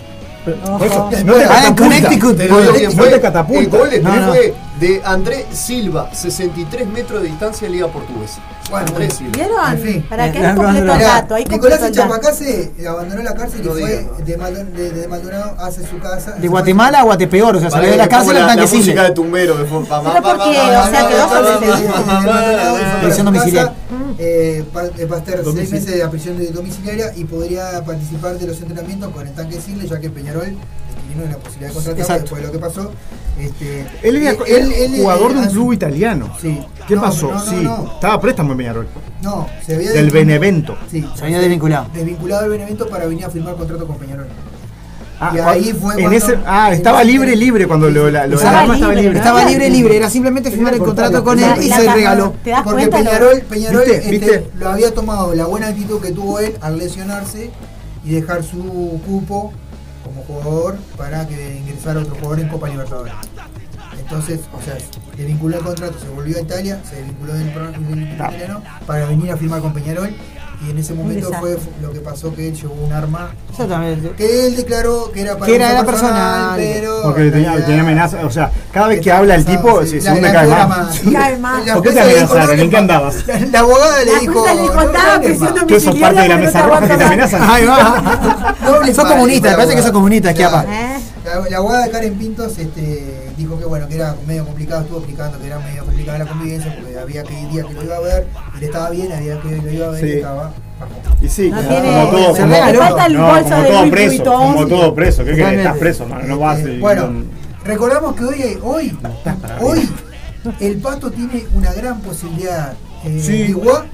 D: por eso,
B: Ojo.
D: no te
C: Ah, en
D: catapulta.
C: Connecticut.
D: Te
F: El
D: digo,
F: gol de
D: no
F: fue-
D: te
F: el gol de
D: catapulta.
F: Pelé
C: No, no.
F: fue de André Silva, 63 metros de distancia de Liga Portuguesa.
A: Bueno,
F: André Silva.
A: En
B: ¿Vieron?
A: fin.
B: Para que
C: Mirá,
B: ahí completo el
A: Mirá,
B: dato. Ahí completo
A: Nicolás
B: el dato.
A: Chapacase abandonó la cárcel y
F: No
A: fue
F: diga.
A: de, Maldon- de- de Maldonado hacia su casa.
C: De Guatemala a Guatepeor, o sea, salió de la
F: Pará, que
C: cárcel
F: pongo
C: al
F: la
C: tanquecillo.
F: música de tumbero que fue pa, pa,
B: Pero
F: pa,
B: porque,
F: pa,
B: o
F: pa,
B: sea,
F: pa,
B: quedó
F: pa, pa,
B: sobre-
F: pa, pa, pa, pa, pa.
C: Prisión domiciliaria.
A: Eh, pa- eh, va a estar seis
D: Domicilio.
A: meses de la prisión de domiciliaria y podría participar de los entrenamientos con el tanque Sigle, ya que Peñarol eliminó la posibilidad de contratarlo
C: Exacto.
A: después de lo que pasó. Este,
D: Él era
A: eh,
D: él-
A: él,
D: jugador de un
A: eh,
D: club italiano.
A: Sí.
D: ¿Qué
A: No,
D: pasó?
A: no, no,
D: sí,
A: no.
D: estaba préstamo en Peñarol.
A: No, se había
D: Del
A: desvincul-
D: Benevento.
A: Sí,
C: Se había desvinculado.
A: desvinculado del Benevento para venir a firmar contrato con Peñarol.
D: Ah,
A: Y ahí fue
D: en
A: cuando-
D: ese, ah,
A: en
D: estaba
A: ese-
D: libre, libre cuando lo, la- lo-
C: Estaba
D: la- no
B: libre, ¿no?
C: Estaba
D: Ah,
B: Claro.
C: libre, libre, era simplemente firmar el
D: cortar
C: contrato
D: la
C: con él
B: La-
C: y
B: la-
C: se
B: la-
C: regaló.
B: ¿Te das
A: Porque
B: cuenta? lo-
A: Peñarol, Peñarol
D: ¿Viste?
A: este,
D: ¿Viste?
A: lo había tomado la buena actitud que tuvo él al lesionarse y dejar su cupo como jugador para que ingresara otro jugador en Copa Libertadores. Entonces, o sea, le vinculó el contrato, se volvió a Italia, se vinculó del programa
D: Ta.
A: italiano para venir a firmar con Peñarol Y en ese momento fue
B: desastre.
A: lo que pasó que él llevó un arma
C: Exactamente.
A: que él declaró que era para
C: Que era-
A: uso
C: era personal,
A: pero
D: Porque le tenía,
A: Ya-
D: tenía amenaza. O sea, cada vez que
A: Está
D: habla el
A: pasado,
D: tipo,
A: sí.
D: se,
A: La
D: según me cae
A: amenaza era
D: más.
A: más.
B: Cae mal.
A: La
D: ¿Por qué te
A: jueza le dijo,
D: amenazaron?
A: no,
D: ¿En qué
A: pa-
D: andabas?
A: La, la abogada le
B: La
A: dijo.
B: jueza le dijo,
A: "No,
B: estaba
A: no,
B: presión
A: no,
D: Tú sos parte de la mesa roja que te amenazan.
C: Ahí va.
A: no hables
C: Sos comunista, me
A: mal", dijo la
C: parece que
A: abogada.
C: sos comunista,
A: Claro.
C: Esquiapa.
B: ¿Eh?
A: La, la abogada de Karen Pintos este, dijo que bueno, que era medio complicado, estuvo explicando que era medio complicada la convivencia, porque había que ir día que lo iba a ver, y le estaba bien, había que lo iba a ver y
D: Sí.
A: estaba bajo.
D: Y sí,
B: No
D: como
B: tiene-
D: todo,
A: se
D: como,
A: le falta
B: el
D: no,
B: bolso
D: como
B: de
D: todo
B: Louis
D: preso,
B: Vuitton.
D: como todo preso, creo que
C: Totalmente.
D: estás preso, mano, no vas.
A: Este,
D: y-
A: bueno, recordamos que hoy, hoy, hoy, el Pato tiene una gran posibilidad. Eh,
D: Sí.
A: Ligua,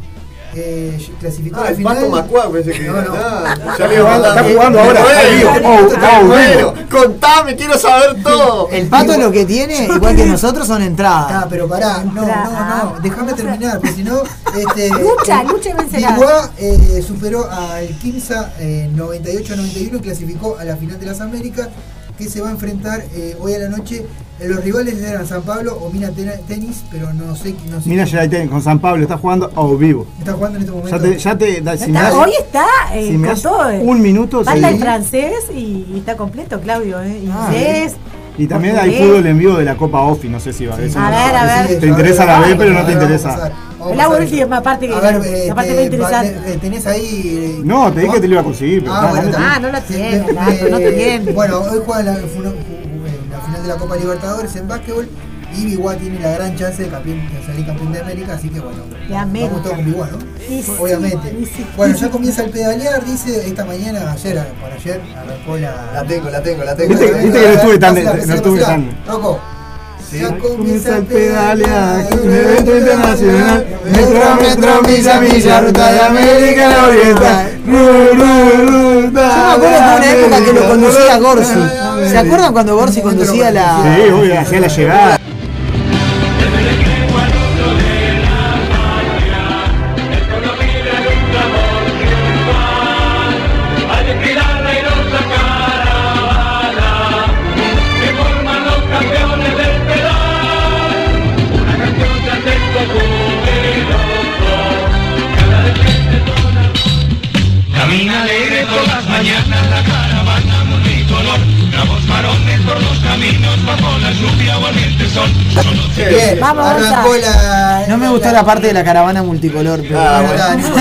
A: eh, clasificó
F: Ah,
A: al
F: el
A: final.
F: pato Macua, pensé que.
A: No, no.
F: Ah, ya
D: Está
F: le iba a
D: jugando-
F: mandar.
D: está jugando
F: Me
D: ahora, está
F: muero,
D: vivo. Oh,
F: me
D: oh,
F: muero.
D: vivo.
F: Contame, quiero saber todo.
C: El pato lo que tiene, igual que nosotros, son
A: Ah,
C: entradas.
A: pero pará, no, no, no, déjame terminar, porque si no, este.
B: Lucha,
A: eh,
B: lucha y vencerás.
A: Ligua eh, superó al Kimsa eh, 98-91 y clasificó a la final de las Américas, que se va a enfrentar eh, hoy a la noche. Eh, Los rivales eran San Pablo o Mina Tena- Tenis, pero no sé quién. No sé
D: Mira,
A: quién
D: ya ahí con San Pablo, está jugando a vivo.
A: está jugando en este momento.
D: Ya te, ya te da- si me
B: Está-
D: das-
B: hoy está eh,
D: si me
B: con
D: das
B: todo. eh.
D: un minuto,
B: Falta el
D: seguí.
B: francés y, y está completo, Claudio. Eh.
A: Ah,
B: Inglés.
D: Y también hay
B: portugués.
D: fútbol en vivo de la Copa Offi, no sé si va a eso
B: A
D: no-
B: ver, a ver.
D: Te interesa la B, pero no te
A: Vamos a
D: interesa.
A: pasar, vamos a
B: La
A: pasar.
B: última parte que-
A: A ver, eh,
B: la parte
A: te-
B: más interesante.
A: va- te- Tenés ahí. eh,
D: No, te dije que te lo iba a conseguir, pero
A: Ah,
D: está,
A: bueno,
D: no
A: está.
B: Ah, no la tiene,
A: Eh,
B: Nato, no te viene.
A: Bueno, hoy juega la, fu- ju- ju- la final de la Copa Libertadores en básquetbol. Y Biguá tiene la gran chance de, campeón- de salir campeón de América, así que bueno.
B: De América.
A: Vamos todos con Biguá, ¿no?
B: Y sí,
A: Obviamente.
B: y sí.
A: Bueno, ya comienza el pedalear, dice esta mañana, ayer, por ayer, arrancó la.
F: La tengo, la tengo, la tengo.
D: Viste-
F: la tengo.
D: viste que no estuve tan-
A: Pasela,
D: no
A: pasela,
D: estuve
A: pasela.
D: tan-
A: Rocco.
F: Sí.
A: Ya
D: Comienza el pedalear, un evento internacional.
A: Metro a metro, milla a milla, ruta de América la Oriental.
D: Ru, ru, ru,
C: Yo me
D: da,
C: acuerdo de
D: da,
C: una época que lo
D: da,
C: conducía
D: da.
C: Gorsi. ¿Se acuerdan cuando Gorsi conducía la.
D: Sí, obvio, hacía la llegada.
E: Camina alegre por las mañanas la caravana multicolor. Bravos varones por los caminos bajo la lluvia o en el tesón. Solo se
A: Bien,
B: Vamos,
A: arrancó
B: Gonza.
A: la.
C: No me gustó la parte de la caravana multicolor, pero.
F: Ah, bueno.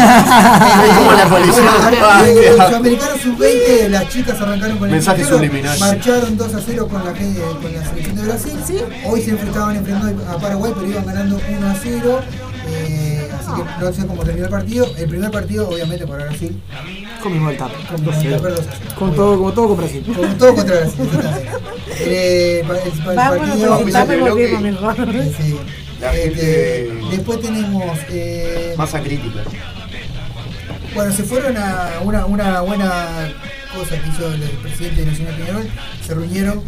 F: Como la policía. Ah, qué-
A: Los americanos sub-20, las chicas arrancaron con el
F: Mensaje
A: primero,
F: subliminal.
A: Marcharon 2 a 0 con la, gente- con la selección de Brasil. Hoy se enfrentaban enfrentando a Paraguay, pero iban ganando 1 a 0. Eh, así que no sé cómo terminó el partido. El primer partido, obviamente, para Brasil.
C: Comimos el tap.
A: Con, con,
C: Con todo, como todo con Brasil.
A: con todo contra Brasil. exactamente. Eh, pa- el- pa- el
B: Vámonos,
A: partido-
B: porque
F: oficial
B: estamos
F: del bloque.
B: volviendo mejor.
A: Sí.
F: La
A: Este,
F: gente-
A: después tenemos. eh,
F: Masa crítica.
A: Bueno, se fueron a una, una buena cosa que hizo el presidente de Nacional Peñarol. Se reunieron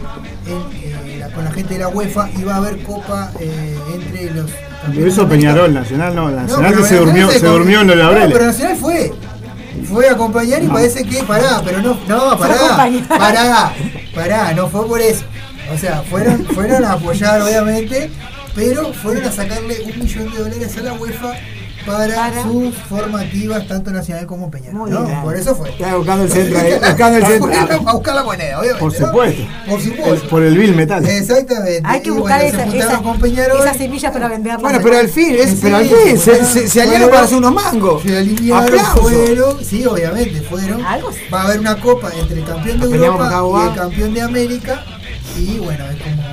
A: en, eh, la- con la gente de la UEFA y va a haber copa eh, entre los.
D: Lo hizo Peñarol, Nacional no,
A: No,
D: Nacional
A: pero
D: que se
A: Nacional
D: durmió, se
A: con-
D: durmió en los
A: No, pero
D: laureles.
A: Nacional fue. Fue a acompañar y parece que pará, pero no, no, pará,
B: acompañar.
A: pará, pará, no fue por eso. O sea, fueron, fueron a apoyar obviamente, pero fueron a sacarle un millón de dólares a la UEFA para,
B: Para.
A: sus formativas, tanto Nacional como Peñarol.
C: Muy
A: ¿no?
C: bien.
A: Por eso fue.
C: Estaba buscando el centro ahí, buscando el centro.
A: A buscar la moneda, obviamente.
D: Por
A: ¿no?
D: supuesto.
A: Por
D: El-
A: supuesto.
D: por el Bill Metal.
A: Exactamente.
B: Hay que
A: Y
B: buscar
A: bueno, se
B: esa-
A: juntaron
B: esa-
A: con Peñarol.
B: esas semillas para venderlas.
C: Bueno, pero al fin, es- pero al fin, se, se, se aliaron para hacer unos mangos.
A: Se alinearon,
C: Aplausos.
A: fueron, sí, obviamente, fueron.
B: Algo.
A: Va a haber una copa entre el campeón de
C: Nos peleamos
A: Europa
C: con Cabo
A: y el
C: A.
A: campeón de América. Y bueno, es como,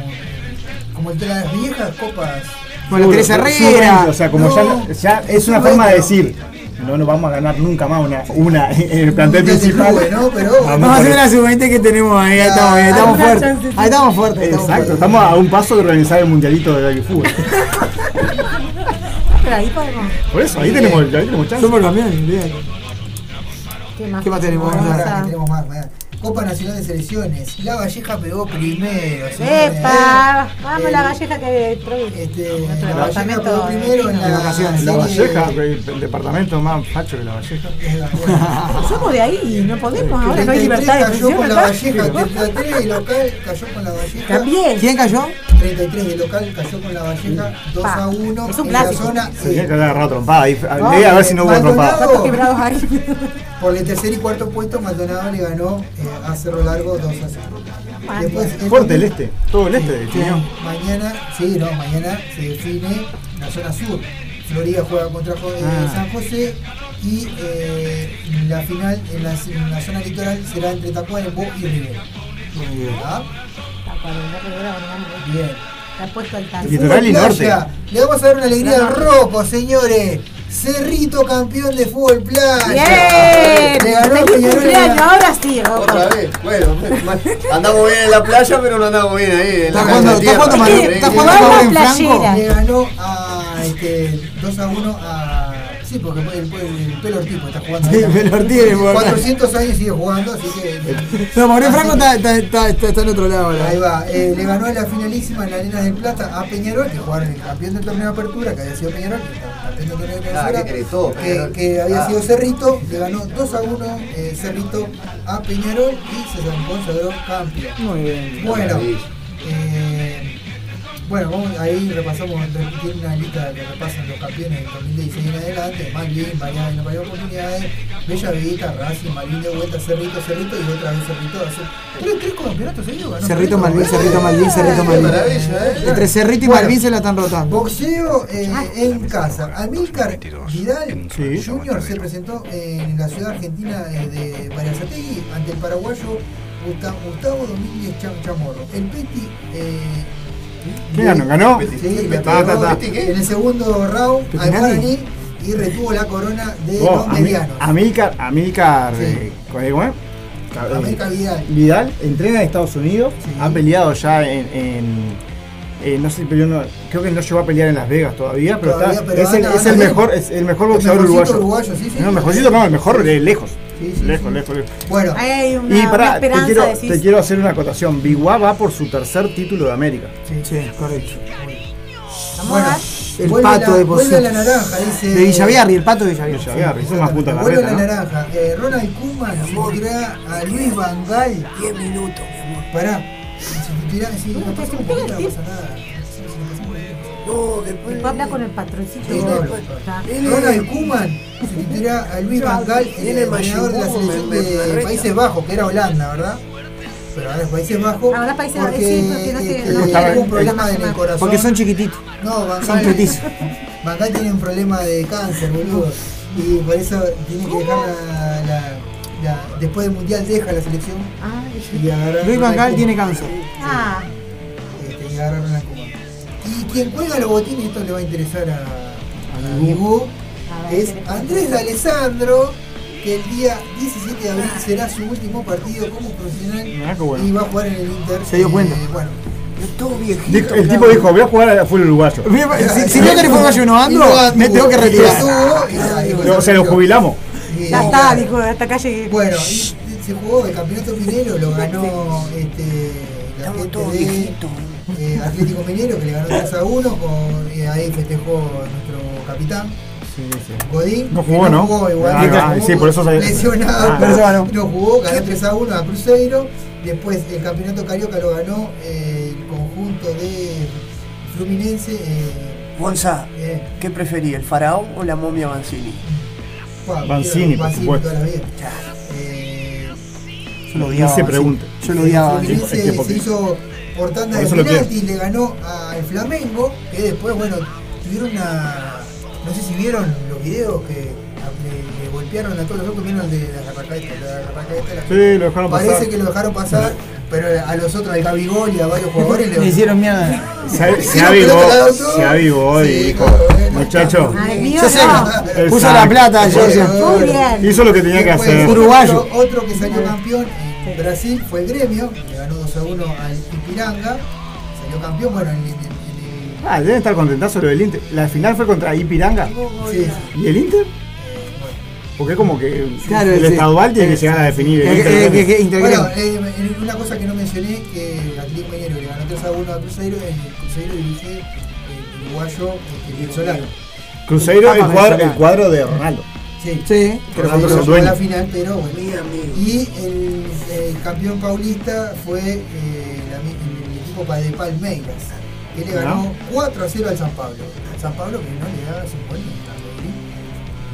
A: como el de las viejas copas.
C: Con la Teresa Herrera.
D: O sea, como ya,
A: No.
D: ya es una
A: Sub-20,
D: forma de
A: no.
D: decir, no nos vamos a ganar nunca más una, una en el plantel
A: de
D: principal.
A: clubes, ¿no? Pero- Ah,
D: Vamos
C: Vamos a
D: por
C: hacer
D: eso.
C: la sub-20 que tenemos ahí, ahí estamos, ahí estamos
B: Alguna
C: fuertes.
B: chancecita.
C: Ahí estamos fuertes. estamos
D: Exacto,
C: fuertes.
D: estamos a un paso de organizar el mundialito de Dario Fútbol.
B: Pero ahí podemos.
D: Por eso, ahí tenemos, ahí tenemos chance.
C: Somos campeones, olvídate.
B: ¿Qué más,
C: ¿Qué más tenemos?
A: Bueno,
C: Vamos
B: Gonza?
C: a-
A: ahora que tenemos más, más. Copa Nacional de Selecciones. La Valleja pegó primero. señores.
B: ¡Epa! Vamos,
A: Eh,
B: la valleja que produce.
A: Este,
B: Nuestro
A: la Valleja
B: departamento
A: pegó primero en
B: vecino.
A: la,
C: De vacaciones.
D: La
A: serie-
D: Valleja, el, el departamento más facho que la Valleja.
A: Eh, bueno.
B: Somos de ahí, no podemos. Ahora no hay
A: 33
B: libertad de
A: cayó
B: expresión
A: con la
B: acá.
A: Valleja, 33 y local cayó con la Valleja.
B: También.
C: ¿Quién cayó?
A: 33 33 de local cayó con la Valleja 2
B: Pa,
A: a 1
B: es un
A: en la
B: clásico.
A: zona.
D: Tenía
A: eh,
D: que haber agarrado trompada. ahí.
A: No,
D: Ah,
A: eh,
D: Leí a ver si no hubo
A: Maldonado.
D: trompada.
B: ¿Cuántos quebrados hay?
A: por el tercer y cuarto puesto, Maldonado le ganó eh, a Cerro Largo 2 a 0.
B: Ah,
A: el
D: Fuerte el este. Todo el este definió.
A: Mañana, sí, no, mañana se define la zona sur. Florida juega contra Jo- eh,
D: Ah.
A: San José y eh, la final en la, en la zona litoral será entre Tacuarembó y Rivera. ¿Ah? Bien.
B: Está puesto al tanto.
D: Litoral y
A: Playa.
D: norte.
A: Le vamos a dar una alegría al roco, señores. Cerrito campeón de fútbol playa.
B: ¡Bien!
A: Le ganó
B: ¡Feliz
A: Peñarol en la-
B: cumpleaños! Ahora sí,
F: Otra
B: Rocco.
F: vez, bueno, mal. andamos bien en la playa, pero no andamos bien ahí. En
C: Está
F: la cancha
C: jugando-
F: de
C: está
F: tierra.
B: Es
C: jugando Manu-
B: que
C: está
F: Sí,
C: jugando
F: sí,
B: jugaba
C: en
B: en
C: Franco.
B: playera.
A: Le ganó a este, 2 a 1 a. Sí, porque el, el, el pelo Ortiz, porque está jugando. ahí
C: Sí,
A: también.
C: Pelo Ortiz, es verdad.
A: 400 años sigue jugando, así que.
C: No, Mauricio Franco está, está, está, está, está en otro lado. ahora.
A: Ahí va, eh, le ganó en la finalísima en la Arena del Plata a Peñarol, que jugaron el campeón del torneo de apertura, que había sido Peñarol, que era campeón del torneo de
F: Ah,
A: clausura,
F: ¿qué crees? Todo
A: que,
F: Peñarol.
A: que había
F: Ah.
A: sido Cerrito, le ganó 2 a 1 eh, Cerrito a Peñarol y se consagró campeón.
C: Muy bien.
A: Bueno,
F: Maravilla.
A: eh, bueno, vamos, ahí repasamos, tiene una lista que repasan los campeones del 2016 en adelante, Malvin, variadas y no varias oportunidades, Bella Vita, Racing, Malvin de vuelta, Cerrito, Cerrito y otra vez Cerrito, hace tres, tres campeonatos seguidos ganó
C: Cerrito Malvin, Cerrito Malvin, Cerrito
F: Qué
C: Malvin.
F: maravilla, eh.
C: Entre Cerrito y
A: Bueno.
C: Malvin se la están rotando.
A: Boxeo eh, en casa. Amílcar Vidal
D: Sí.
A: Junior se presentó en la ciudad argentina eh, de Bariazategui ante el paraguayo Gusta- Gustavo Domínguez Cham- Chamorro. El Peti. eh,
D: ¿Qué ganó? ¿Ganó?
A: Sí, le
D: Ta, ah, ta,
A: pegó
D: ta.
A: en el segundo round al
C: ¿Petinari?
A: Guaraní y retuvo la corona de
D: Oh,
A: los
D: Ami-
A: medianos.
D: Amílcar, Amílcar,
A: Sí.
D: eh, ¿cuál es, cómo es? Ca- eh,
A: América Vidal.
D: Vidal entrena en Estados Unidos,
A: Sí.
D: ha peleado ya en, en- eh, no sé, pero yo no- creo que no llegó a pelear en Las Vegas todavía, pero,
A: Todavía,
D: está,
A: pero
D: es, el,
A: anda,
D: es
A: anda
D: el
A: bien.
D: mejor, es el mejor
A: El
D: boxeador
A: mejorcito
D: uruguayo.
A: uruguayo, sí, sí.
D: no, el mejorcito no, el mejor de lejos.
A: Sí, sí,
D: lejos,
A: sí.
D: lejos, lejos.
A: Bueno,
B: Ahí hay una,
D: Y
B: una
D: pará, te
B: esperanza,
D: quiero,
B: decís.
D: te quiero hacer una acotación. Biguá va por su tercer título de América.
A: sí.
C: Sí, correcto.
B: Vamos
A: Bueno,
B: a ver.
C: El
A: vuelve
C: pato
A: la-
C: de
A: Vuelve
C: Pozo.
A: la naranja, dice.
C: De Villaviarri, el pato de Villaviarri.
D: Ya, ya, hizo más punta la
A: Vuelve
D: reta,
A: la
D: ¿no?
A: naranja. Eh, Ronald Koeman sustituirá a Luis Vangal. 10 minutos, mi amor. Pará. Sustituirá, sí, no pasa un poquito, no pasa nada.
B: Después habla con el patroncito.
A: Sí, no, no.
B: Está.
A: Ronald Koeman sustituirá a Luis Vangal, el entrenador de la selección de Países Bajos, que era Holanda, ¿verdad? Pero ahora es Países Bajos.
B: Ahora es Países Bajos,
A: porque,
B: sí, porque no se-
A: este,
D: no se-
A: tuvo
D: Estaban-
A: un problema en el corazón.
C: Porque son chiquititos.
A: No,
C: Son
A: Bangal,
C: petizos.
A: Bangal tiene un problema de cáncer, boludo. Y por eso tiene que dejar la, la- la- Después del mundial deja la selección
B: Ay,
A: y agarrar.
C: Luis
A: una
C: Vangal
A: Kuma.
C: tiene cáncer.
B: ah,
A: Este, y agarrar una Kuma. Y quien juega los botines, esto le va a interesar a, a Dibu,
B: A ver,
A: es
B: ¿qué le pasa?
A: Andrés de Alessandro, que el día 17 de abril será su último partido como profesional
D: Mirá qué bueno.
A: y va a jugar en el Inter. eh,
C: Se dio cuenta.
A: bueno,
D: Dijo- el tipo dijo, voy a jugar al fútbol uruguayo.
C: Si, si no querés jugar yo no ando, me tengo que retirar.
D: O sea, lo jubilamos.
A: Y-
B: ya está, dijo, hasta acá llegué.
A: Eh, Bueno, y se jugó el campeonato minero, lo ganó este, la gente de eh, Atlético Minero, que le ganó 3 a 1, con, eh, ahí festejó nuestro capitán. Godín,
D: No
A: que
D: jugó, ¿no?
A: jugó igual,
D: Ah,
A: no
D: ah,
A: jugó,
D: sí, por eso salió-
A: lesionado,
D: Ah.
A: pero
C: Por eso ganó.
A: no jugó, ganó 3 a 1 a Cruzeiro, después el campeonato carioca lo ganó eh, el conjunto de Fluminense, eh,
G: Gonza,
A: eh,
G: ¿qué preferí, el faraón o la momia Banzini?
A: Juan,
D: Banzini, por supuesto.
A: toda la vida. Eh,
C: Yo lo odiaba.
D: se
C: sí.
D: pregunta.
C: Yo lo odiaba. sí.
A: Fluminense
D: es que
A: se
D: porque-
A: hizo por tanda
D: por
A: de
D: eso lo quiero.
A: penaltis, le ganó al Flamengo, que después, bueno, tuvieron una. No sé si vieron los videos que le, le golpearon a todos los locos, vieron el de la racaeta, la garrapaeta, la-
D: Sí, lo dejaron pasar.
A: Parece que lo dejaron pasar, pero a los otros, al Gabigol y a varios jugadores
C: Me hicieron mierda.
D: Se, se
A: Sí,
D: avivó,
A: pero te la doy yo.
D: se avivó y
A: Sí,
D: dijo,
A: bueno.
D: muchacho,
B: Ay, mío,
C: Yo sé.
B: no.
D: Exacto.
C: Puso la plata, yo sé.
B: Muy bien.
D: hizo lo que tenía que
A: Después,
D: hacer.
A: otro-
C: Uruguayo.
A: Otro que salió campeón en Brasil fue el gremio, que le ganó 2 a 1 al Ipiranga. Salió campeón, bueno, en, en- en-
D: Ah, deben estar contentazos lo del Inter. La final fue contra Ipiranga.
A: en- sí,
D: ¿Y el Inter? Porque es como que
C: Claro,
D: el
C: sí.
D: estadual tiene que llegar a definir. el
C: Eh,
D: Inter
C: eh,
D: también.
C: que- que intergremio.
A: Bueno, eh, en- una cosa que no mencioné, que el Atlético Mineiro le ganó 3 a 1 a Cruzeiro, el Cruzeiro dirige eh, el uruguayo este, Luis Solano.
D: Cruzeiro, el
C: Papa
D: cuadro,
C: Venezolano.
D: el cuadro de Ronaldo.
A: Sí.
C: Sí.
A: Que
D: Ronaldo
A: Cruzeiro
D: es el
A: llegó a la
D: dueño.
A: final, pero bueno. Y el, el campeón paulista fue eh, la mi- el equipo pa- de Palmeiras. que le
D: ¿No?
A: ganó 4 a 0 al San Pablo. Al San Pablo que no le daba 50. ¿no?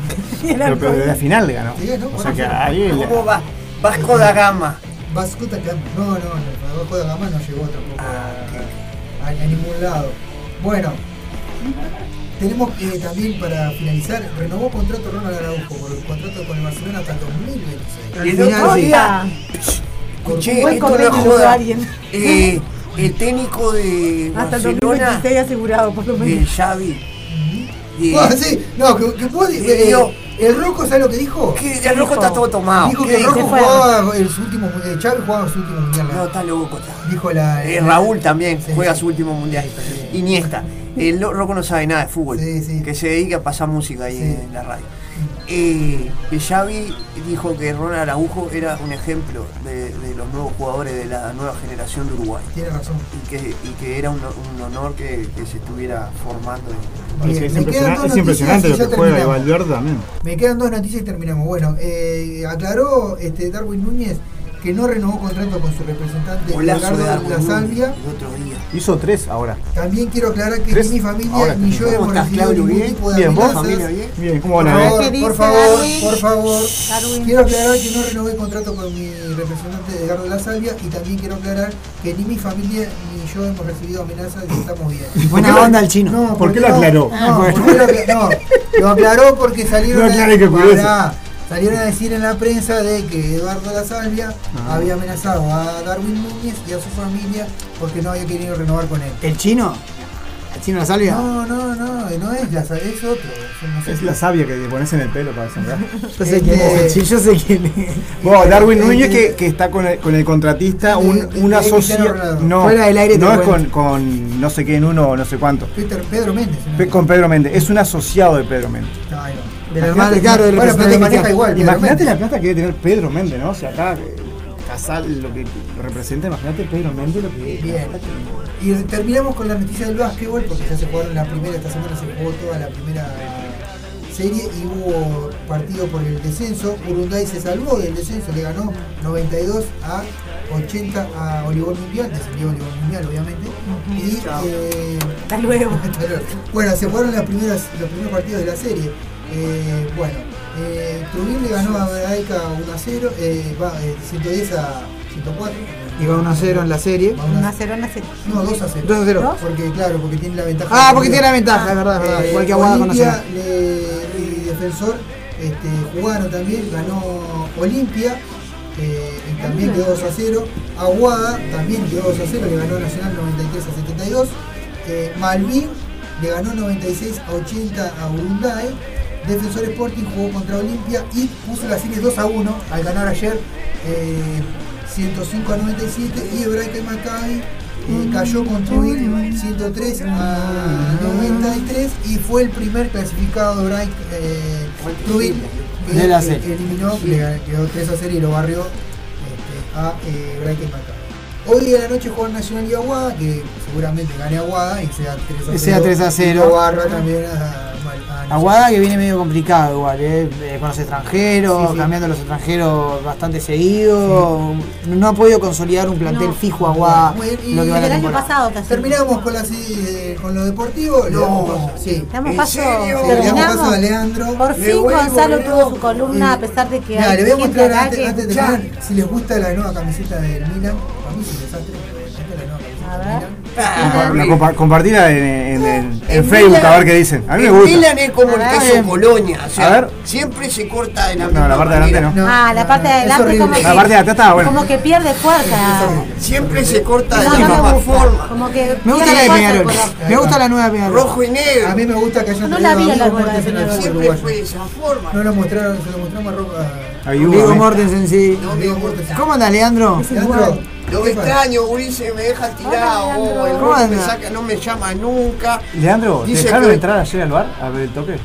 D: Pero, pero desde la final le ganó.
A: Sí, ganó,
D: O sea
A: bueno,
D: que
A: sí.
D: ahí. le-
G: ¿Cómo va? Vasco da Gama.
A: Vasco da Gama. No, no, no. Vasco da Gama no llegó tampoco
G: Ah,
A: a, a- a ningún lado. Bueno, tenemos eh, también para finalizar, renovó contrato Ronald Araujo por el contrato con el Barcelona hasta 2026.
G: Y el
A: Mirá,
G: otro
A: sí.
G: día,
A: Por-
G: escuché,
B: Buen
G: esto no es
B: convenio logró
G: joda.
B: alguien.
G: Eh, el técnico de
B: Hasta el
G: Barcelona,
B: 2026 asegurado, por lo
G: de
B: menos.
G: Xavi,
A: Ujú. Ah, sí, no, que, que puede-
G: Eh,
A: eh,
G: yo-
A: el Roco, ¿sabe lo que dijo?
G: que el loco está todo tomado.
A: dijo
G: ¿Qué
A: que el
G: dijo?
A: Roco
B: fue?
A: jugaba el, su último mundial, Chávez jugaba su último mundial.
G: No, está loco. está.
A: Dijo la.
G: Eh, Raúl también
A: Sí,
G: juega
A: sí.
G: su último mundial. Iniesta. El lo- Rocco no sabe nada de fútbol.
A: Sí, sí.
G: Que se dedica a pasar música ahí
A: Sí.
G: en la radio. Eh, que Xavi dijo que Ronald Araujo era un ejemplo de, de los nuevos jugadores de la nueva generación de Uruguay.
A: Tiene razón.
G: Y que, y que era un, un honor que, que se estuviera formando. en-
D: Es,
A: Bien,
D: que es
A: me quedan
D: impresionante,
A: dos
D: es impresionante lo
A: noticias y
D: que
A: ya
D: juega y
A: terminamos.
D: Valverde también.
A: Me quedan dos noticias y terminamos. Bueno, eh, aclaró este, Darwin Núñez que no renovó contrato con su representante
G: Golazo de Darwin Núñez,
A: Salvia.
G: el otro día.
D: Hizo tres ahora.
A: También quiero aclarar que
D: Tres.
A: ni mi familia
D: Ahora
A: ni
D: te
A: yo
G: ¿Cómo
A: hemos
G: estás,
A: recibido
G: Claudio?
A: ningún
G: ¿Bien?
A: tipo de
D: Bien, ¿vos?
A: amenazas.
G: ¿Familia bien?
D: Bien, ¿cómo
A: Por
D: la ves?
B: ¿Qué
A: favor,
B: dice
A: por favor,
B: Darwin?
A: por favor.
B: Darwin.
A: Quiero aclarar que no renové contrato con mi representante Edgardo La Salvia y también quiero aclarar que ni mi familia ni yo hemos recibido amenazas y estamos bien.
C: Buena onda el chino.
A: No,
D: ¿Por qué lo
A: no,
D: aclaró?
G: Ah,
A: No, ¿por qué lo, acla- no, lo aclaró porque salieron,
D: No aclaré que
A: Pará,
D: curioso.
A: salieron a decir en la prensa de que Eduardo La Salvia había amenazado a Darwin Núñez y a su familia porque no había querido renovar con él.
C: ¿El chino? ¿El chino la salvia?
A: No, no, no, no es la Salvia, es otro. es un- no sé
D: Es
A: qué.
D: la savia que te pones en el pelo para sembrar.
C: Yo sé quién es el chino, Este, yo sé quién es.
D: Bueno, Darwin Núñez que, que está con el, con el contratista, un,
A: De- de-
D: una
A: de
D: socia...
A: Cristiano Ronaldo.
D: No,
C: Fuera del aire te
D: no es con,
C: cuento.
D: con no sé qué en uno o no sé cuánto.
A: Peter- Pedro Méndez. ¿no?
D: Pe- con Pedro Méndez, es un asociado de Pedro Méndez.
A: Claro.
C: Del hermano, claro, del
A: Bueno, pero
C: representante
A: te
C: que
A: maneja
C: sea.
A: igual. Pedro
D: Imagínate
A: Méndez.
D: la plata que debe tener Pedro Méndez, ¿no? O sea, acá eh, Casal lo que representa, imagínate Pedro Méndez lo que es.
A: Bien. Y terminamos con la noticia del básquetbol, porque ya se jugaron la primera, esta semana se jugó toda la primera serie y hubo partido por el descenso. Urunday se salvó del descenso, le ganó 92 a 80 a Olivón Mundial, descendió Olivón Mundial obviamente. Y eh,
B: Hasta luego.
A: bueno, se jugaron las primeras, los primeros partidos de la serie. Eh, bueno, eh, Trubín le ganó a Veraica 1 a 0, eh, va, eh, 110 a 104.
C: Iba 1 0 en la serie.
A: Va
B: Una
A: una-
B: cerona se...
A: no, 2 a 0.
C: 2 0.
B: ¿No?
A: Porque, claro, porque tiene la ventaja.
C: Ah, porque tiene la ventaja, es verdad, es verdad.
A: Eh,
C: Igual que Aguada con
A: Olimpia
C: Nacional.
A: le- y Defensor este, jugaron también, ganó Olimpia. eh, y también quedó 2 a 0. Aguada también quedó 2 a 0, le ganó Nacional 93 a 72. Eh, Malvin le ganó 96 a 80 a Urunday. Defensor Sporting jugó contra Olimpia y puso la serie 2 a 1 al ganar ayer eh, 105 a 97 y Hebraica y Maccabi eh, cayó con Trujillo 103 a 93 y fue el primer clasificado de Hebraica eh, Trujillo que,
C: De la
A: eh,
C: serie.
A: eliminó, le ganó- quedó 3 a 0 y lo barrió este, a eh, Hebraica y Maccabi. Hoy de la noche juegan Nacional y Aguada, que seguramente gane Aguada y sea 3 a 0.
C: Que sea 3 a 0.
A: Y lo barra también a, a- a-
C: Aguada que viene medio complicado igual, ¿eh? Eh, con los extranjeros,
A: Sí, sí.
C: cambiando a los extranjeros bastante seguido. No ha podido consolidar un plantel
B: No.
C: fijo Aguada
A: Muy bien, y
C: lo que va
B: Del
C: la
B: año
C: temporada.
B: pasado casi.
A: Terminamos con, la, sí, eh, con lo deportivo. Le damos paso. Sí.
B: Damos
G: ¿En
B: paso,
G: serio?
A: Sí, le damos paso a
B: terminamos.
A: Leandro.
B: Por
G: Le
B: fin
G: vuelvo
B: Gonzalo
G: loco.
B: tuvo su columna a pesar de que
A: Mirá, le voy a
B: gente
A: mostrar
B: acá
A: antes,
B: que-
A: antes de
G: Ya.
A: terminar, si les gusta la nueva camiseta del Milan. Para mí es un desastre. pero les gusta la nueva camiseta
B: A
A: del
B: ver. Ah,
A: Milan.
D: Compa- compa- Compartila en, en- en- en
G: El
D: Facebook
G: Milan-
D: a ver qué dicen. A mí me
G: el
D: gusta.
G: Milan es como el
A: Ah,
B: A ver.
G: queso Colonia. O sea,
D: A ver.
G: siempre se corta de la
D: No, la parte de adelante
G: manera.
D: no.
B: Ah, la parte de
A: es
B: adelante
A: horrible.
B: como que,
D: La parte de atrás estaba buena.
B: como que pierde fuerza.
G: Siempre se corta de
B: No,
G: la
B: no me
G: misma
B: gusta.
G: forma.
B: Como que
C: Me gusta
B: pierde
C: la de
B: fuerza el
C: Peñarol.
B: color.
C: Me gusta la nueva de Peñarol.
G: Rojo y negro.
A: A mí me gusta que hayan
B: No la vi
A: traído
B: la
A: a
B: nueva
A: Vigo
B: de
A: Mortensen al
B: Peñarol.
A: fútbol
G: Siempre
A: uruguayo.
G: fue de esa forma.
A: No lo mostraron, se lo mostramos a Ro- a
D: Ahí hubo,
C: Vigo
D: ¿eh?
C: Mortensen, sí.
G: No me
A: Vigo
G: gusta.
A: Mortensen.
C: ¿Cómo andas, Leandro?
A: Leandro.
G: Lo
A: ¿qué pasa?
G: extraño, Ulises, me deja
B: Hola,
G: tirado.
B: Leandro.
G: oh, el
C: ¿Cómo
G: rojo me
C: anda?
G: saca, no me llama nunca.
D: Leandro, ¿te
G: Dice
D: dejaron
G: que-
D: entrar ayer al bar a ver el toque?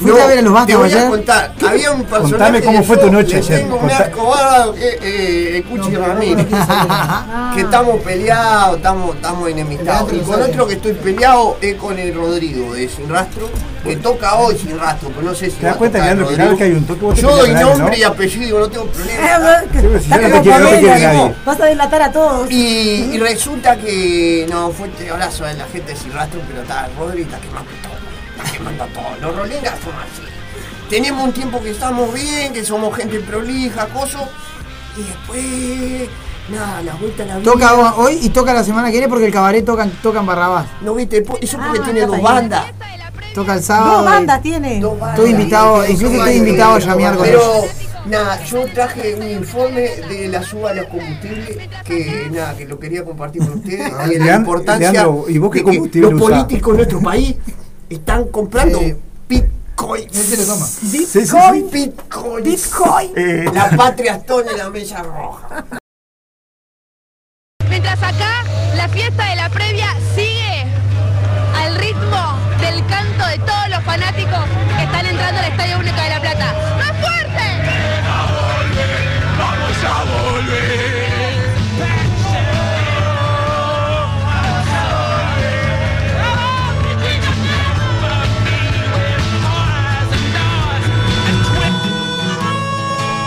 C: Fuiste a ver a los
G: te
C: Vascos
G: voy a
C: ayer.
G: contar. Había un personaje.
D: Contame cómo
G: del
D: fue tu
G: show,
D: noche
G: le
D: ayer.
G: Tengo un
D: Contá-
G: asco bárbaro, eh, eh, Cuchi
A: No, pero no,
G: Ramírez.
A: no tiene
G: que estamos peleados, estamos, estamos enemistados.
A: Leandro
G: Y con
A: González.
G: otro que estoy peleado es con el Rodrigo de Sin Rastro, que toca hoy Sin Rastro, pero no sé si.
D: ¿Te
G: va
D: das
G: a
D: cuenta,
G: tocar
D: Leandro, que cada vez que hay un toque vos te
G: Yo doy
D: peleas con alguien,
G: nombre
D: ¿no?
G: y apellido, digo, no tengo problema.
D: pero si yo
B: Ah, Está
D: no te
B: como
D: quiero, no te quiero
B: Pamela,
D: nadie.
B: Vas a delatar a todos.
G: Y, y resulta que no fue un abrazo de la gente sin rastro, pero está Rodri está quemando todo, está quemando todo. Los rolingas son así. Tenemos un tiempo que estamos bien, que somos gente prolija, coso, y después nada, la vuelta a la vida.
C: Toca ho- hoy y toca la semana que viene porque el cabaret tocan, tocan Barrabás.
G: No viste, po- eso porque
B: Ah,
G: tiene
B: está
G: dos
B: bien.
G: bandas.
C: Toca el
B: Dos
C: sábado. y-
B: bandas tiene.
G: Dos bandas.
C: Estoy invitado, incluso estoy invitado a llamear con
G: Pero nada, yo traje un informe de la suba de los combustibles que nada, que lo quería compartir con ustedes y de la
D: Leandro,
G: importancia
D: Ah, Leandro, ¿y vos qué
G: de que
D: combustible
G: los
D: usás?
G: políticos de nuestro país están comprando
A: Sí.
G: Bitcoin.
A: Él se lo toma.
D: Sí, sí, sí.
G: Bitcoin, Bitcoin, Bitcoin.
D: Eh.
G: La patria está en la mesa roja.
H: Mientras acá la fiesta de la previa sigue al ritmo del canto de todos los fanáticos que están entrando al Estadio Único de La Plata. ¡Más fuerte!
E: Vamos a volver.
G: Hola,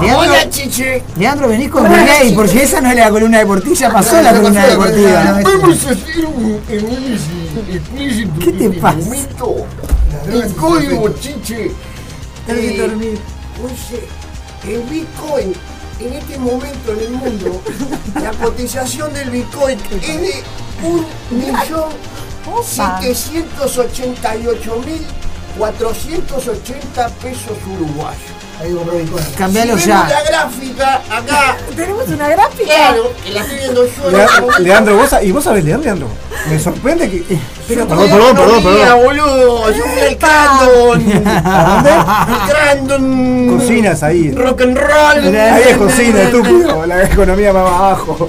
C: Leandro,
G: chiche.
C: Leandro, venís con tu gay, porque esa no es la columna deportiva, ya pasó la columna deportiva. Este.
F: Vamos a hacer un análisis explícito
C: ¿Qué te
F: del
C: pasa?
F: momento.
A: droga
F: El
A: es
F: código
A: perfecto.
F: chiche.
G: Eh, Oye, el Bitcoin, en este momento en el mundo, la cotización del Bitcoin es de un millón
B: Opa.
G: 788 mil 480 pesos uruguayos.
A: Ahí compró Bitcoin.
C: Cambialo
G: Vemos
C: ya.
G: la gráfica acá,
B: Tenemos una gráfica.
G: claro, que la estoy viendo yo. en este
D: Lea-
G: momento.
D: Leandro, vos sa- y vos sabés leer, Leandro. Me sorprende que. eh, perdón,
G: Yo
D: perdón,
G: no
D: perdón,
G: leía,
D: perdón.
G: boludo, yo fui al Crandon. Crandon.
D: Cocinas ahí.
G: Rock and roll.
D: Ahí es cocina, estúpido. La economía va más abajo.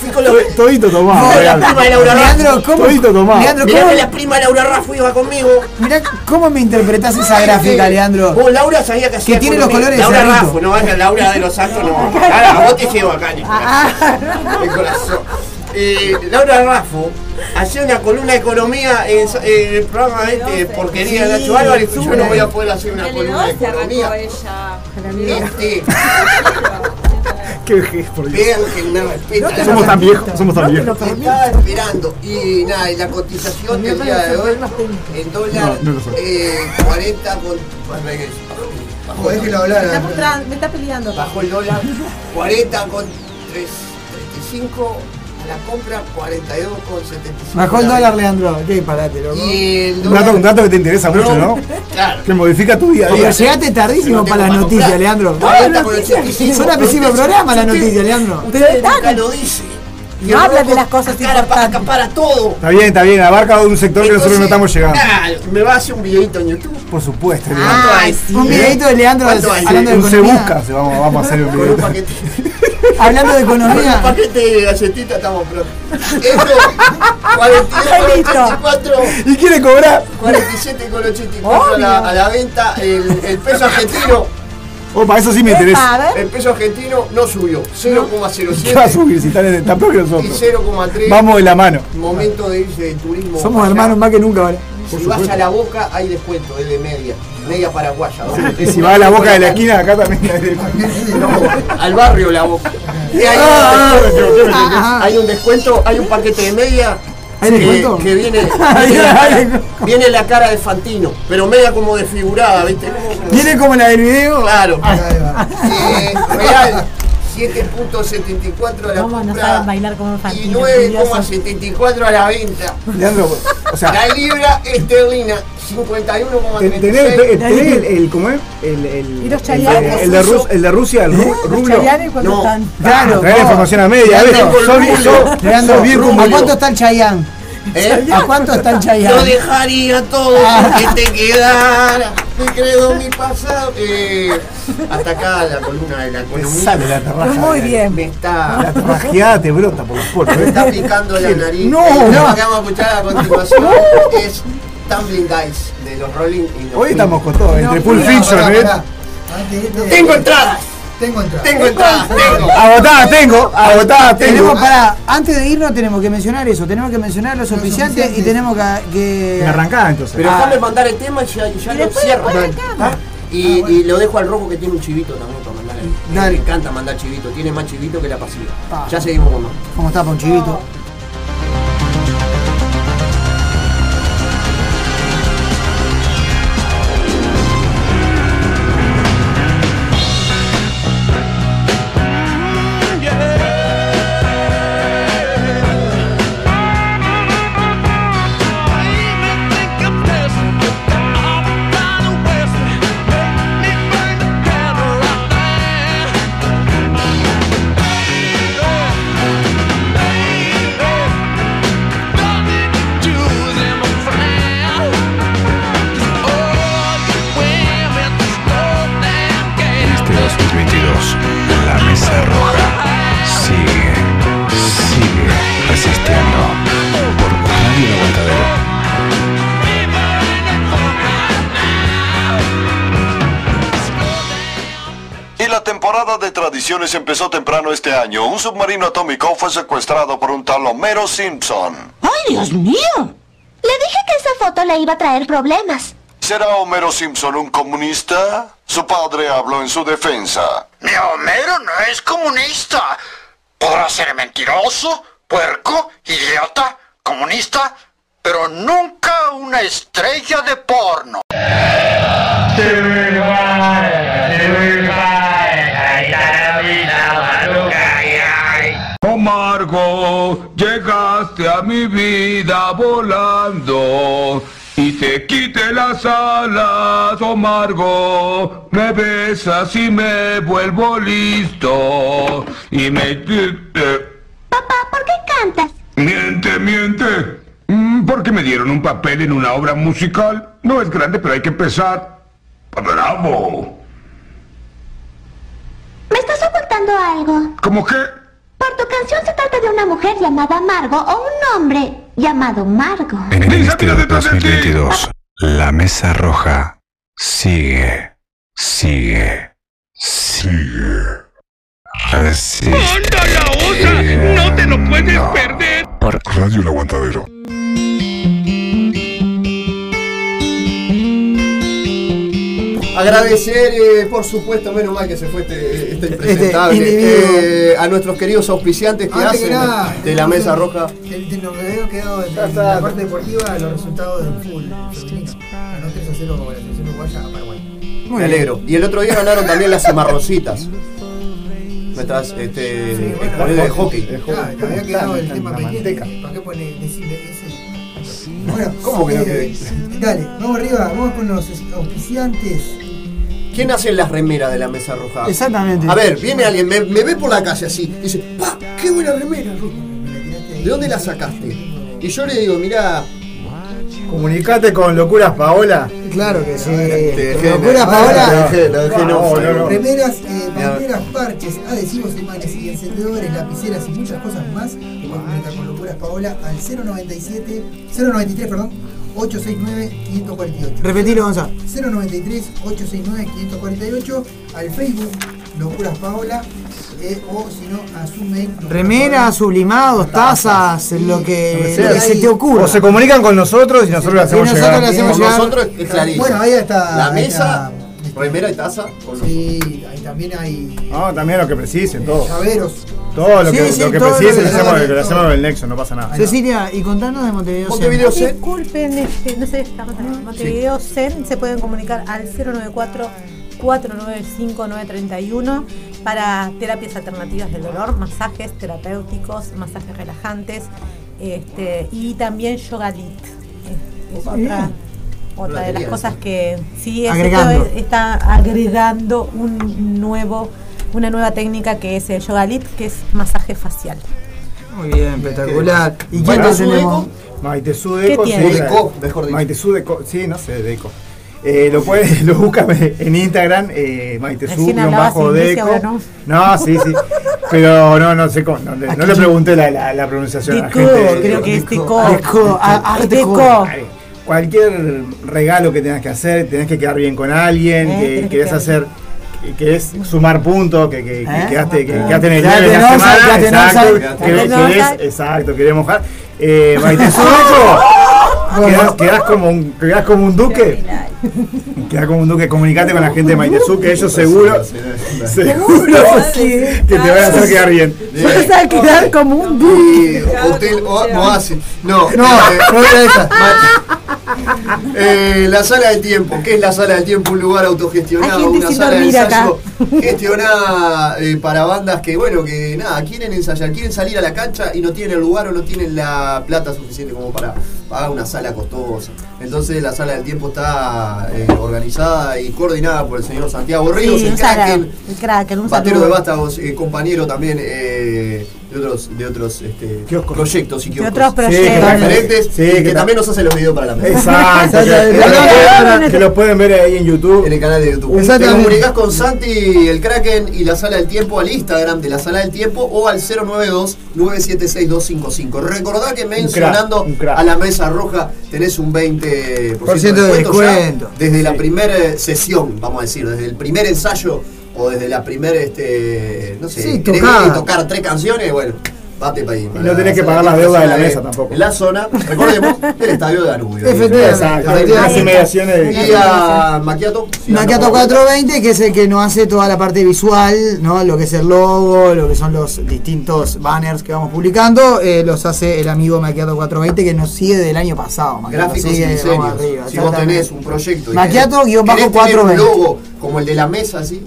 G: Fui con los
D: Todito tomado,
G: No,
D: real.
G: la prima de Laura
C: Leandro, ¿cómo?
D: Todito tomado.
C: Leandro,
G: Mirá
C: ¿cómo,
G: que la prima Laura Raffo iba conmigo.
C: mirá cómo me interpretás esa gráfica, Leandro?
G: Vos, Laura, sabía que hacía.
C: tiene
G: con-
C: los colores de
G: Laura
C: Cerrito.
G: Raffo, no vaya Laura de los Santos, no. Cara, vos te llevo acá,
B: Ah,
G: Nicolás. El corazón. Eh, Laura Raffo hacía una columna de economía en, so- en el programa este de porquería de Nacho Álvarez. y Yo no voy a poder hacer una columna de economía. Este,
D: Qué vejez, por Dios.
G: vean que me respetan.
D: Somos tan viejos, somos tan viejos.
G: Estaba esperando y nada, y la cotización del día de hoy en dólar
D: No, no lo soy.
G: eh, 40 con bueno, es- bajó,
A: Joder, que lo
G: el-
B: Me está,
A: hablara.
B: mostrando- me está peleando.
G: bajó el dólar 40 con 3, 35 a la compra 42 con 75
C: Bajó el dólar, Leandro. Qué disparate, loco.
G: y el
D: Un dato, un
G: dólar
D: dato que te interesa mucho, ¿no?
G: claro
D: Que modifica tu día a
C: Pero
D: día.
C: llegaste tardísimo
G: no tengo
C: para las
G: más
C: noticias,
G: comprar.
C: Leandro.
G: 40 con 85.
C: Son al principio del programa las noticias, Leandro.
G: ustedes nunca lo dicen Y
B: No
G: el
B: hablan de
G: rojo
B: las cosas
G: acapara-
B: importantes.
G: acapara todo
D: Está bien, está bien. Abarca un sector que nosotros no estamos
G: Entonces,
D: llegando.
G: claro, me va a hacer un videito en YouTube
D: Por supuesto, Leandro.
G: ¿Cuánto hay?
C: Un videito de Leandro
G: ¿Cuánto hay?
C: hablando de
D: Un se busca.
C: economía.
D: se- Vamos, vamos a hacer un
G: Con un
D: video.
G: paquete.
C: Hablando de
G: Con un
C: economía.
G: paquete de galletitas estamos pronto. Esto, 42 con 84,
D: ¿Y quiere cobrar?
G: 47 con 84 a la, a la venta. El, el peso argentino,
D: Opa, Ah, eso sí me
B: Epa, a
D: interesa.
B: ver.
G: el peso argentino no subió.
D: ¿Qué va a
G: 0,07
D: subir si están en el peor que
G: y
D: nosotros?
G: 0,3.
D: Vamos de la mano.
G: Momento de irse de turismo.
C: Somos
G: allá.
C: hermanos más que nunca ahora.
G: Si vas a la boca, hay descuento, es de media. Media paraguaya. ¿no?
D: Y si va a la boca de la esquina, acá también. hay de-
G: No, al barrio la boca. Y hay, un descuento, hay un descuento, hay un paquete de media.
C: ¿Hay
G: que-
C: descuento?
G: Que, viene, viene, la cara, viene la cara de Fantino, pero media como desfigurada, ¿viste?
C: Viene como la del video.
G: Claro.
A: Ahí va.
G: Eh, real, 7.74 a la
B: ¿Cómo no
G: compra
B: saben bailar como
G: y
B: Fantino,
G: 9.74 a la venta.
D: Leandro, o sea,
G: La libra esterlina,
D: Ten- Tener el,
G: 51,36.
D: el- tener el- el- ¿cómo es? El, el,
B: Y los
D: el,
B: chayanes.
D: el de Rus- el de Rusia, el ru- rublo.
B: Chayanne cuando
G: No.
B: están.
C: Claro.
D: Trae la
C: no.
D: información a media, ¿ves?
G: Leandro,
D: Son-
G: el
D: son-
G: rublo.
D: son
C: Leandro,
D: bien
C: ¿a
D: como yo.
C: cuánto está el Chayán?
G: ¿Eh?
C: ¿A cuánto está el
G: Yo
C: Chayanne? Ah.
G: dejaría todo que te quedara. Me credo mi pasado. Eh, hasta acá la columna de la economía.
D: Sale la terraja.
C: Muy bien.
G: Me
D: La
G: está,
D: terrajeada te brota por los poros.
G: me
D: ¿eh?
G: está picando la nariz.
D: No,
G: Eh,
D: no.
G: Lo que vamos a escuchar a continuación es Tumbling Guys de los Rolling. y los
D: Hoy estamos
G: Queen.
D: con todo, entre Pulp Fiction,
A: Pará,
D: ¿eh?
A: pará. Antes de irte-
G: Tengo entradas.
A: Tengo entrada.
G: Eh, Tengo entradas. Tengo.
D: Agotada tengo, agotada tengo.
C: Tenemos para, antes de irnos tenemos que mencionar eso, tenemos que mencionar los oficiantes y
A: oficiantes.
C: tenemos que... que- Ah.
D: Arrancada entonces. Ah.
G: Pero déjame mandar el tema y ya, ya lo cierro. ¿Ah? Y, y lo dejo al rojo que tiene un chivito también para mandar ahí.
C: Dale.
G: Le encanta mandar chivito, tiene más chivito que la pasiva. Ya seguimos con más.
C: ¿Cómo está, Ponchivito?
E: Este 2022, la mesa roja sigue, sigue resistiendo por Radio El Aguantadero.
I: Y la temporada de tradiciones empezó temprano este año. Un submarino atómico fue secuestrado por un tal Homero Simpson.
J: Le dije que esa foto le iba a traer problemas.
I: ¿Será Homero Simpson un comunista? Su padre habló en su defensa.
E: Ni Homero no es comunista. Podrá ser mentiroso, puerco, idiota, comunista, pero nunca una estrella de porno. Oh Margo, llegaste a mi vida volando y te quité las alas, oh Margo, me besas y me vuelvo listo y me
J: Papá, ¿por qué cantas?
E: miente, miente, Mm, porque me dieron un papel en una obra musical. No es grande, pero hay que empezar. Bravo.
J: Me estás ocultando algo.
E: ¿Cómo que?
J: Por tu canción se trata de una mujer llamada Margo o un hombre llamado Margo.
E: En este 2022, la mesa roja sigue, sigue, sigue. ¡Anda la otra! ¡No te lo puedes perder! Por Radio El Aguantadero.
F: Agradecer, eh, por supuesto, menos mal que se fue este, este impresentable,
C: individuo.
F: eh, a nuestros queridos auspiciantes que
A: Antes
F: hacen
A: que nada,
F: de la mesa roja.
A: el- de lo que había quedado en en la parte deportiva, los resultados del fútbol. Ganó 3 a 0 como la selección uruguaya a Paraguay.
F: Me alegro. Y el otro día ganaron también las cimarroncitas. Nuestras este, exponentes de hockey.
A: Ah, que había quedado el
D: La
A: tema pendiente.
D: manteca.
A: ¿Para qué pone decirle ese? Bueno,
F: ¿Cómo que no
A: eh,
F: quedé?
A: Dale, vamos arriba, vamos con los auspiciantes.
F: ¿Quién hace las remeras de la mesa roja?
C: Exactamente.
F: A ver, viene alguien, me, me ve por la calle así, y dice, ¡pa! ¡Qué buena remera! Ruth! ¿De dónde la sacaste? Y yo le digo, mirá,
D: Comunicate con Locuras Paola.
A: Claro que sí.
F: Locura, Paola.
D: No, no, no.
A: Remeras, eh, banderas, parches, adhesivos, imanes y encendedores, lapiceras y muchas cosas más. Te puedes comunicar con Locuras Paola al 097, 093, perdón, 869 548.
C: Repetilo, Gonzalo.
A: 093 869 548 al Facebook Locuras Paola eh, o si no a su mail. locuraspaola.
C: Remeras, sublimados, tazas,
A: Sí.
C: lo que,
A: Sí.
C: lo que se te ocurra.
D: O se comunican con nosotros y nosotros le hacemos
C: nosotros
D: llegar.
C: le hacemos-
F: con nosotros es clarísimo.
A: Bueno, ahí está,
F: La
A: ahí
F: mesa,
A: está.
F: remera y taza, con nosotros.
A: Sí, ahí también hay
D: No, también lo que precisen,
A: eh,
D: todo.
A: llaveros.
D: Todo lo
C: Sí,
D: que,
C: sí,
D: lo que
C: todo lo
D: precisen
C: que-
D: lo hacemos,
A: todo.
D: lo hacemos en el Nexo, no pasa nada.
C: Cecilia, y contanos de Montevideo.
F: Montevideo
C: Centro.
F: Zen.
B: Disculpen, este, no sé, estamos en Montevideo Zen, se pueden comunicar al 094 495 931 para terapias alternativas del dolor, masajes terapéuticos, masajes relajantes este, y también yoga lit. Es,
G: Ah,
B: es otra, otra de las
F: tenía
B: cosas que sí es-
C: Agregando.
B: esto es- está agregando un nuevo una nueva técnica que es el yoga lit, que es masaje facial.
C: Muy bien, espectacular. ¿Y quién
F: Bueno,
C: más tenemos?
F: luego,
D: Maitezú
B: ¿Qué
D: Deco.
B: tiene?
D: sí,
G: Deco, mejor dicho.
D: Maitezú Deco, sí, no sé, Deco. Eh, lo, puedes, lo buscas en Instagram, eh, Maitezú,
B: Recién
D: guión
B: hablabas
D: bajo
B: inglés y
D: Deco.
B: ahora no.
D: No, sí, sí. Pero no, no sé cómo, no, le- no le pregunté la, la, la pronunciación a la
B: Deco,
D: gente.
B: creo que es Deco.
C: Deco, ah, ah, Deco.
B: Deco.
D: Ay, Cualquier regalo que tengas que hacer, tenés que quedar bien con alguien,
B: Eh, tenés
D: que
B: que
D: querés
B: quedar
D: hacer, que, que es sumar puntos, que, que, que
C: Eh,
D: quedaste, que,
G: Ah.
C: sumar
D: quedaste en el
C: puntos.
D: nivel de la
C: Quedaste
D: semana,
C: en offside,
D: exacto,
C: quedaste
D: que-
B: en offside.
D: querés-
B: Quedaste en
D: exacto, querés mojar. Eh, Maite Sudeco, quedás, quedás como un, quedás como un duque, quedás como un duque, comunicate con la gente de Maite Su, que ellos seguro, seguro que te van a hacer quedar bien.
B: Vas a quedar como un
G: Y Hotel o- Oasis. No,
A: No,
G: eh,
A: no era esa.
G: Eh, la sala del tiempo. ¿Qué es la sala del tiempo? Un lugar
B: Hay
G: autogestionado,
B: gente
G: una
B: sin
G: sala de
B: dormir
G: ensayo gestionada eh, para bandas que, bueno, que nada, quieren ensayar, quieren salir a la cancha y no tienen el lugar o no tienen la plata suficiente como para pagar una sala costosa. Entonces la sala del tiempo está eh, organizada y coordinada por el señor Santiago Ríos,
B: Sí,
G: el
B: un saludo.
G: Kraken,
B: El Kraken, un
G: Batero de
B: saludo.
G: Vástagos, eh, compañero también eh, de otros, de otros este,
D: Kioscos.
G: proyectos y
B: De
G: kioscos.
B: otros
D: Sí, que
B: proyectos.
D: tal.
G: Diferentes,
D: Sí,
G: y
D: que
G: eh, que
D: tal.
G: también nos hace los videos para la mesa.
D: Exacto, que, que lo pueden ver ahí en YouTube.
G: en el canal de YouTube. Te
A: Exactamente.
G: comunicás con Santi, el Kraken y la Sala del Tiempo al Instagram de la Sala del Tiempo o al 092-976-255. Recordá que mencionando
D: un crack.
G: a la Mesa Roja tenés un 20%
A: Por ciento de descuento.
G: ya desde la
D: Sí.
G: primera sesión, vamos a decir, desde el primer ensayo o desde la primera, este, no sé,
A: Sí,
G: querés
A: tocá.
G: venir y tocar tres canciones, bueno. Vate para ahí.
D: no tenés que pagar las deudas de la mesa tampoco.
G: En la zona, recordemos, el estadio de Danubio.
D: Exacto, las inmediaciones de-
G: Y a Maquiato. si
C: Maquiato
G: ando-
C: 420, que es el que nos hace toda la parte visual, ¿no? Lo que es el logo, lo que son los distintos banners que vamos publicando, eh, los hace el amigo Maquiato 420 que nos sigue del año pasado. Maquiato,
G: Gráficos y
C: sigue, vamos
G: diseños.
C: arriba,
G: si vos tenés
C: exactamente.
G: un proyecto. y
C: Macchiato
G: querés-
C: guión bajo
G: querés tener
C: 420.
G: Un logo como el de la mesa, así.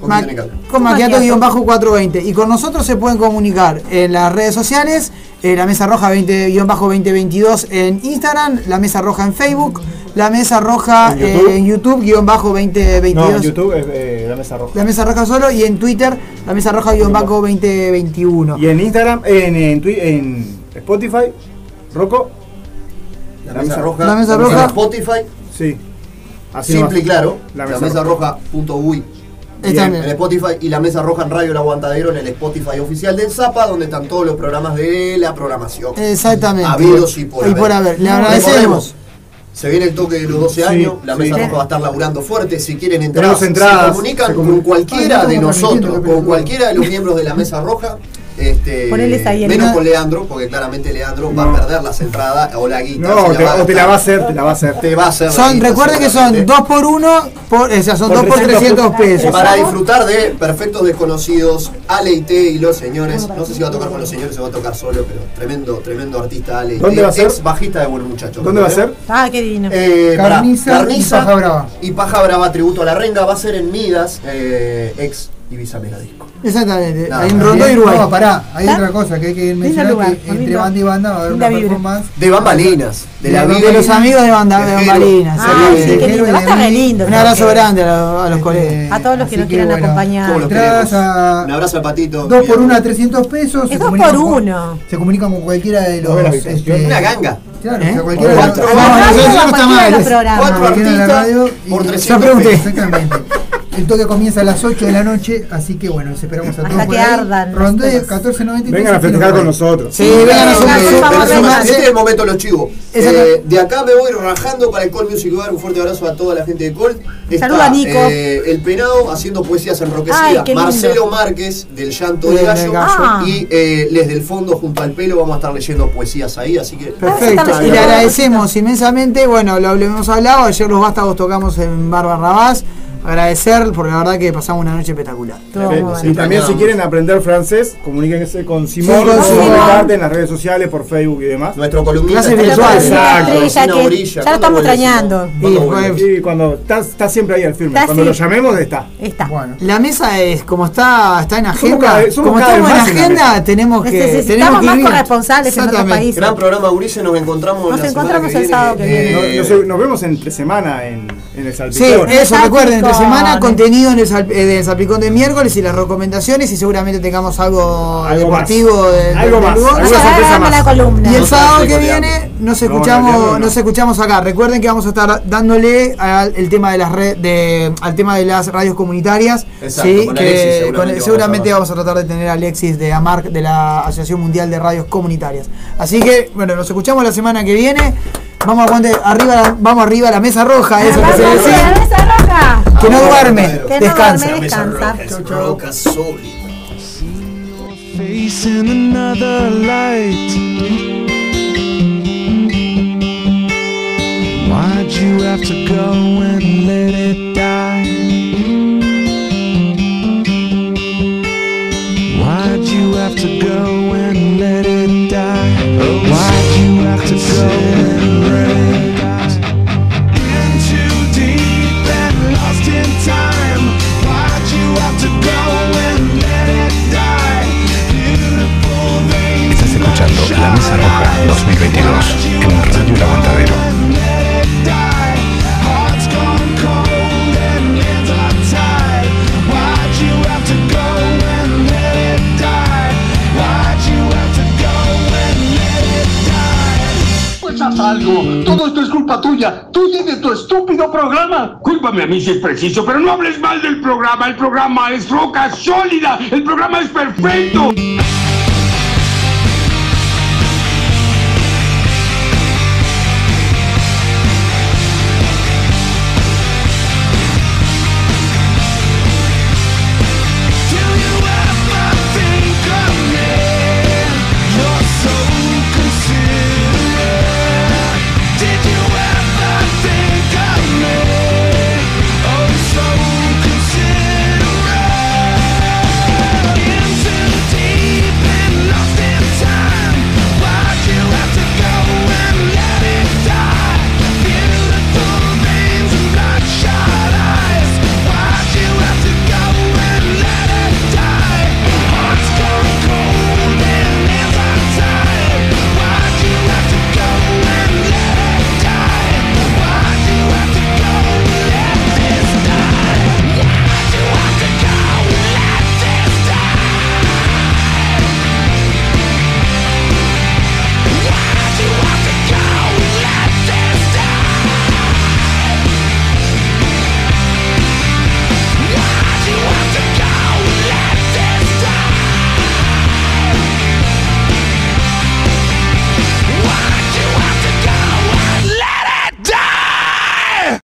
G: ¿Con
C: Ma-
G: quién tenés que hablar?
C: Con Maquiato-420. Y con nosotros se pueden comunicar en las redes sociales, eh, la Mesa Roja 20-2022 en Instagram, la Mesa Roja en Facebook, la Mesa Roja
D: En YouTube.
C: eh, en YouTube-2022.
D: No, en YouTube es eh, la mesa roja.
C: La Mesa Roja solo y en Twitter, la Mesa Roja guión bajo 2021.
D: Y en Instagram, en, en, Twi- en Spotify, Rocco,
G: La mesa roja.
C: La Mesa Roja.
G: Spotify.
D: sí. Así nomás.
G: Simple y claro.
D: La
G: La
D: Mesa
G: mesa, roja. punto uy.
D: Bien,
C: Ahí está,
G: En
C: mira.
G: Spotify y la mesa roja en Radio El Aguantadero en el Spotify oficial del Zapa, donde están todos los programas de la programación.
C: Exactamente.
G: Habidos y por
C: Y por haber. Le
G: Recordemos,
C: agradecemos.
G: Se viene el toque de los 12
D: Sí,
G: años, la
D: sí.
G: mesa
D: Sí.
G: roja va a estar laburando fuerte, si quieren entrar,
D: Tenemos entradas,
G: se comunican
D: se
G: con
D: comunican.
G: cualquiera
A: Ay, no
G: de
A: estamos
G: nosotros,
A: permitiendo que
G: con
A: permitan.
G: cualquiera de los miembros de la mesa roja. Este,
B: Poneles ahí en
G: menos
B: una-
G: con Leandro, porque claramente Leandro va a perder las entradas o la
D: No,
G: guita. se
D: o te, o te la va a
G: gastar.
D: hacer, te la va a hacer.
G: Te va a hacer la
C: Son,
G: guita,
C: recuerden que son
G: seguramente.
C: 2 por 1 por, o sea, son
D: Por
C: 2 por
D: 300
C: 300 pesos.
G: Para disfrutar de Perfectos Desconocidos, Ale y T y los señores. No sé si va a tocar con los señores o va a tocar solo, pero tremendo, tremendo artista Ale y T,
D: ¿Dónde va a ser?
G: Ex bajista de Buen Muchacho.
D: ¿Dónde va a ser?
B: Ah, qué divino.
G: Eh, pará,
A: Carniza y Paja Brava.
G: y Paja Brava, tributo a la renga, va a ser en Midas, eh, ex Ibiza Megadisco.
C: Exactamente.
G: No,
C: ahí Eh, en
G: no,
C: Rondó, Uruguay.
A: No, pará, hay
B: ¿Está?
A: otra cosa que hay que
B: Lindo
A: mencionar
B: lugar,
A: que
B: bonito.
A: entre banda y banda va a haber
B: Linda
A: una
B: vibra.
A: performance
G: De Bambalinas, de la vida.
C: de los amigos de Banda
G: de
C: de
G: Jero.
C: Bambalinas.
B: Ah,
C: sí.
B: sí, qué lindo.
A: Héroe
B: Va a estar
A: de
B: re
A: mí.
B: lindo.
C: Un abrazo
B: creo que-
C: grande a, lo- a los
A: Este,
C: colegas.
B: A todos los
A: Así
B: que nos
A: que,
B: quieran
A: bueno,
B: acompañar.
G: ¿cómo Eh, los
A: Entradas
G: queremos?
A: a
G: Un abrazo al patito.
A: 2 por 1 a 300 pesos. se
B: Es dos
A: comunican
B: por
A: con-
B: uno.
A: Se comunican con cualquiera de
D: ver la
A: los.
D: habitación.
A: este,
G: Una ganga.
A: Claro,
C: ¿Eh?
A: o sea, cualquiera de
G: Cuatro.
A: los.
G: Vamos,
B: Vamos,
C: nosotros
B: vamos,
C: no está
B: cualquiera de los
C: mal.
B: programas.
G: Cuatro
A: cualquiera de la
G: artistas
A: radio
G: por
A: y-
G: 300
A: Ya pregunté.
G: pesos.
A: Exactamente. El toque comienza a las 8 de la noche, así que bueno, los esperamos a
B: Hasta
A: todos. por
B: que
A: ahí.
B: ardan las Ah,
A: Rondé
B: penas.
A: 1490.
D: Vengan a festejar con nosotros.
C: Sí, vengan a sumar-
B: Por favor,
C: a
G: Pero
B: vengan.
C: sumar-
G: Este es el momento de los chivos.
C: Exacto.
G: Eh, de acá me voy rajando para el Col Music Bar. Un fuerte abrazo a toda la gente de Col. Está,
B: Saluda a Nico.
G: eh, el Penado haciendo poesías
B: Ay,
G: enroquecidas.
B: qué lindo.
G: Marcelo Márquez del Llanto
C: Del
G: de Gallo.
C: Gallo.
B: Ah.
G: Y eh, desde el fondo junto al pelo vamos a estar leyendo poesías ahí. Así que.
C: Perfecto, y le
B: Ahí.
C: agradecemos inmensamente. Bueno, lo, lo hemos hablado. Ayer los vástagos tocamos en Bar Barrabás. Agradecer porque la verdad que pasamos una noche espectacular.
B: Todo muy bueno.
D: Y también si quieren aprender francés, comuníquense con Simón,
C: Sí, con
D: con
C: Simón.
D: Ricardo en las redes sociales, por Facebook y demás.
G: Nuestro columnista.
C: Clases
G: está-
C: virtuales.
D: Exacto.
B: Estrella que- ya lo
G: ¿Cuándo
B: estamos
G: vuelve,
B: extrañando.
G: Simón? ¿Cuándo
C: Y
G: vuelve?
C: fue-
D: Y cuando está, está siempre ahí al firme.
B: Está
D: cuando
B: así.
D: lo llamemos está.
B: Está.
A: Bueno,
C: La mesa es como está, está en agenda.
D: cada vez- somos
C: como
D: cada
C: estamos en
D: vez más en la
C: agenda,
D: mesa.
C: tenemos que
B: Necesitamos
C: tenemos que
B: más
C: ir bien.
B: corresponsales en otros
C: Exactamente.
B: países.
G: Gran programa, Ulises. Nos encontramos
B: Nos
G: la semana
B: encontramos el sábado que
D: No-
B: viene.
D: no sé, nos vemos entre semana en, en el
C: Sí,
D: Salpicón.
C: eso recuerden entre
B: Fantástico.
C: semana, contenido en el, sal- eh, del Salpicón de miércoles y las recomendaciones y seguramente tengamos algo,
D: Algo
C: deportivo
D: más.
C: del-
D: Algo
C: del
D: más,
C: lugar.
D: alguna sorpresa
B: la
D: más.
B: columna.
C: Y el
F: No,
C: sábado
F: estoy
C: que
F: coleando.
C: viene nos
D: No,
C: escuchamos,
D: no, no.
C: nos escuchamos acá. Recuerden que vamos a estar dándole al el tema de las red, de, al tema de las radios comunitarias.
F: Exacto, con
C: que
F: Alexis seguramente
C: con-
F: vamos a
C: seguramente
F: hablar.
C: vamos a tratar de tener a Alexis de AMARC, de la Asociación Mundial de Radios Comunitarias. Así que, bueno, nos escuchamos la semana que viene. Vamos aguante, arriba, la- vamos arriba a la mesa roja, eso que se
B: Vamos,
C: decía.
B: la mesa roja.
C: Que no
F: Vamos,
C: duerme,
F: compañero.
B: Que no
C: descansa.
B: duerme, descansa.
F: Roca, roca sólida.
K: face in another light. Why'd you have to go and let it die? Why'd you have to go and let it die? Why'd you have to go and let it die? In too deep and lost in time. Why'd you have to go and let it die? Beautiful things.
E: Estás escuchando La Mesa Roja 2022 en Radio El Aguantadero.
K: Pues haz algo. Todo esto es culpa tuya. Tú tienes tu estúpido programa. Cúlpame a mí si es preciso, pero no hables mal del programa. El programa es roca sólida. El programa es perfecto.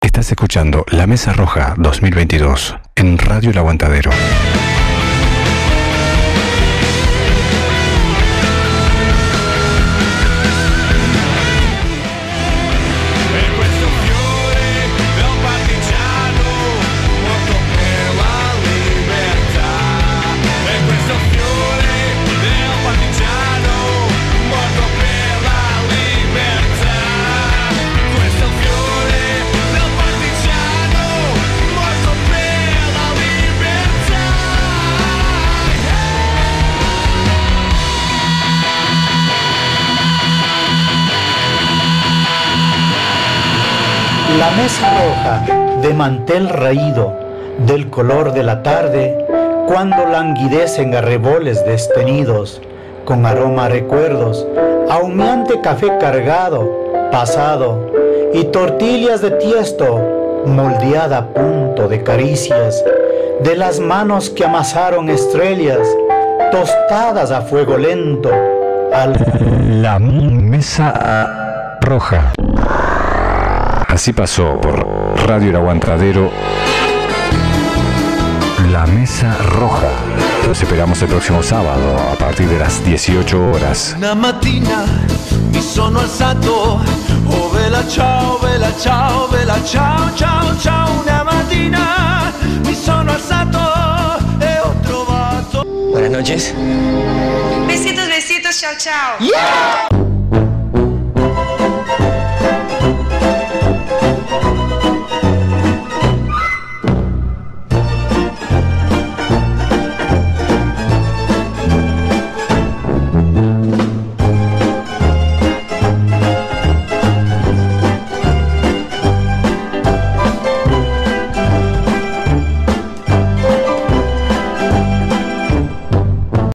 E: Estás escuchando La Mesa Roja 2022 en Radio El Aguantadero.
K: La mesa roja de mantel raído, del color de la tarde, cuando languidecen arreboles destenidos, con aroma a recuerdos, a humeante café cargado, pasado, y tortillas de tiesto, moldeada a punto de caricias, de las manos que amasaron estrellas, tostadas a fuego lento, al...
E: La Mesa Roja. Así pasó por Radio El Aguantadero. La Mesa Roja. Los esperamos el próximo sábado a partir de las 18 horas.
K: Una mattina mi sono alzato, oh vela ciao, vela ciao, vela ciao, ciao, ciao, una mattina mi sono alzato e ho trovato...
G: Buenas noches.
H: Besitos, besitos, chao, chao.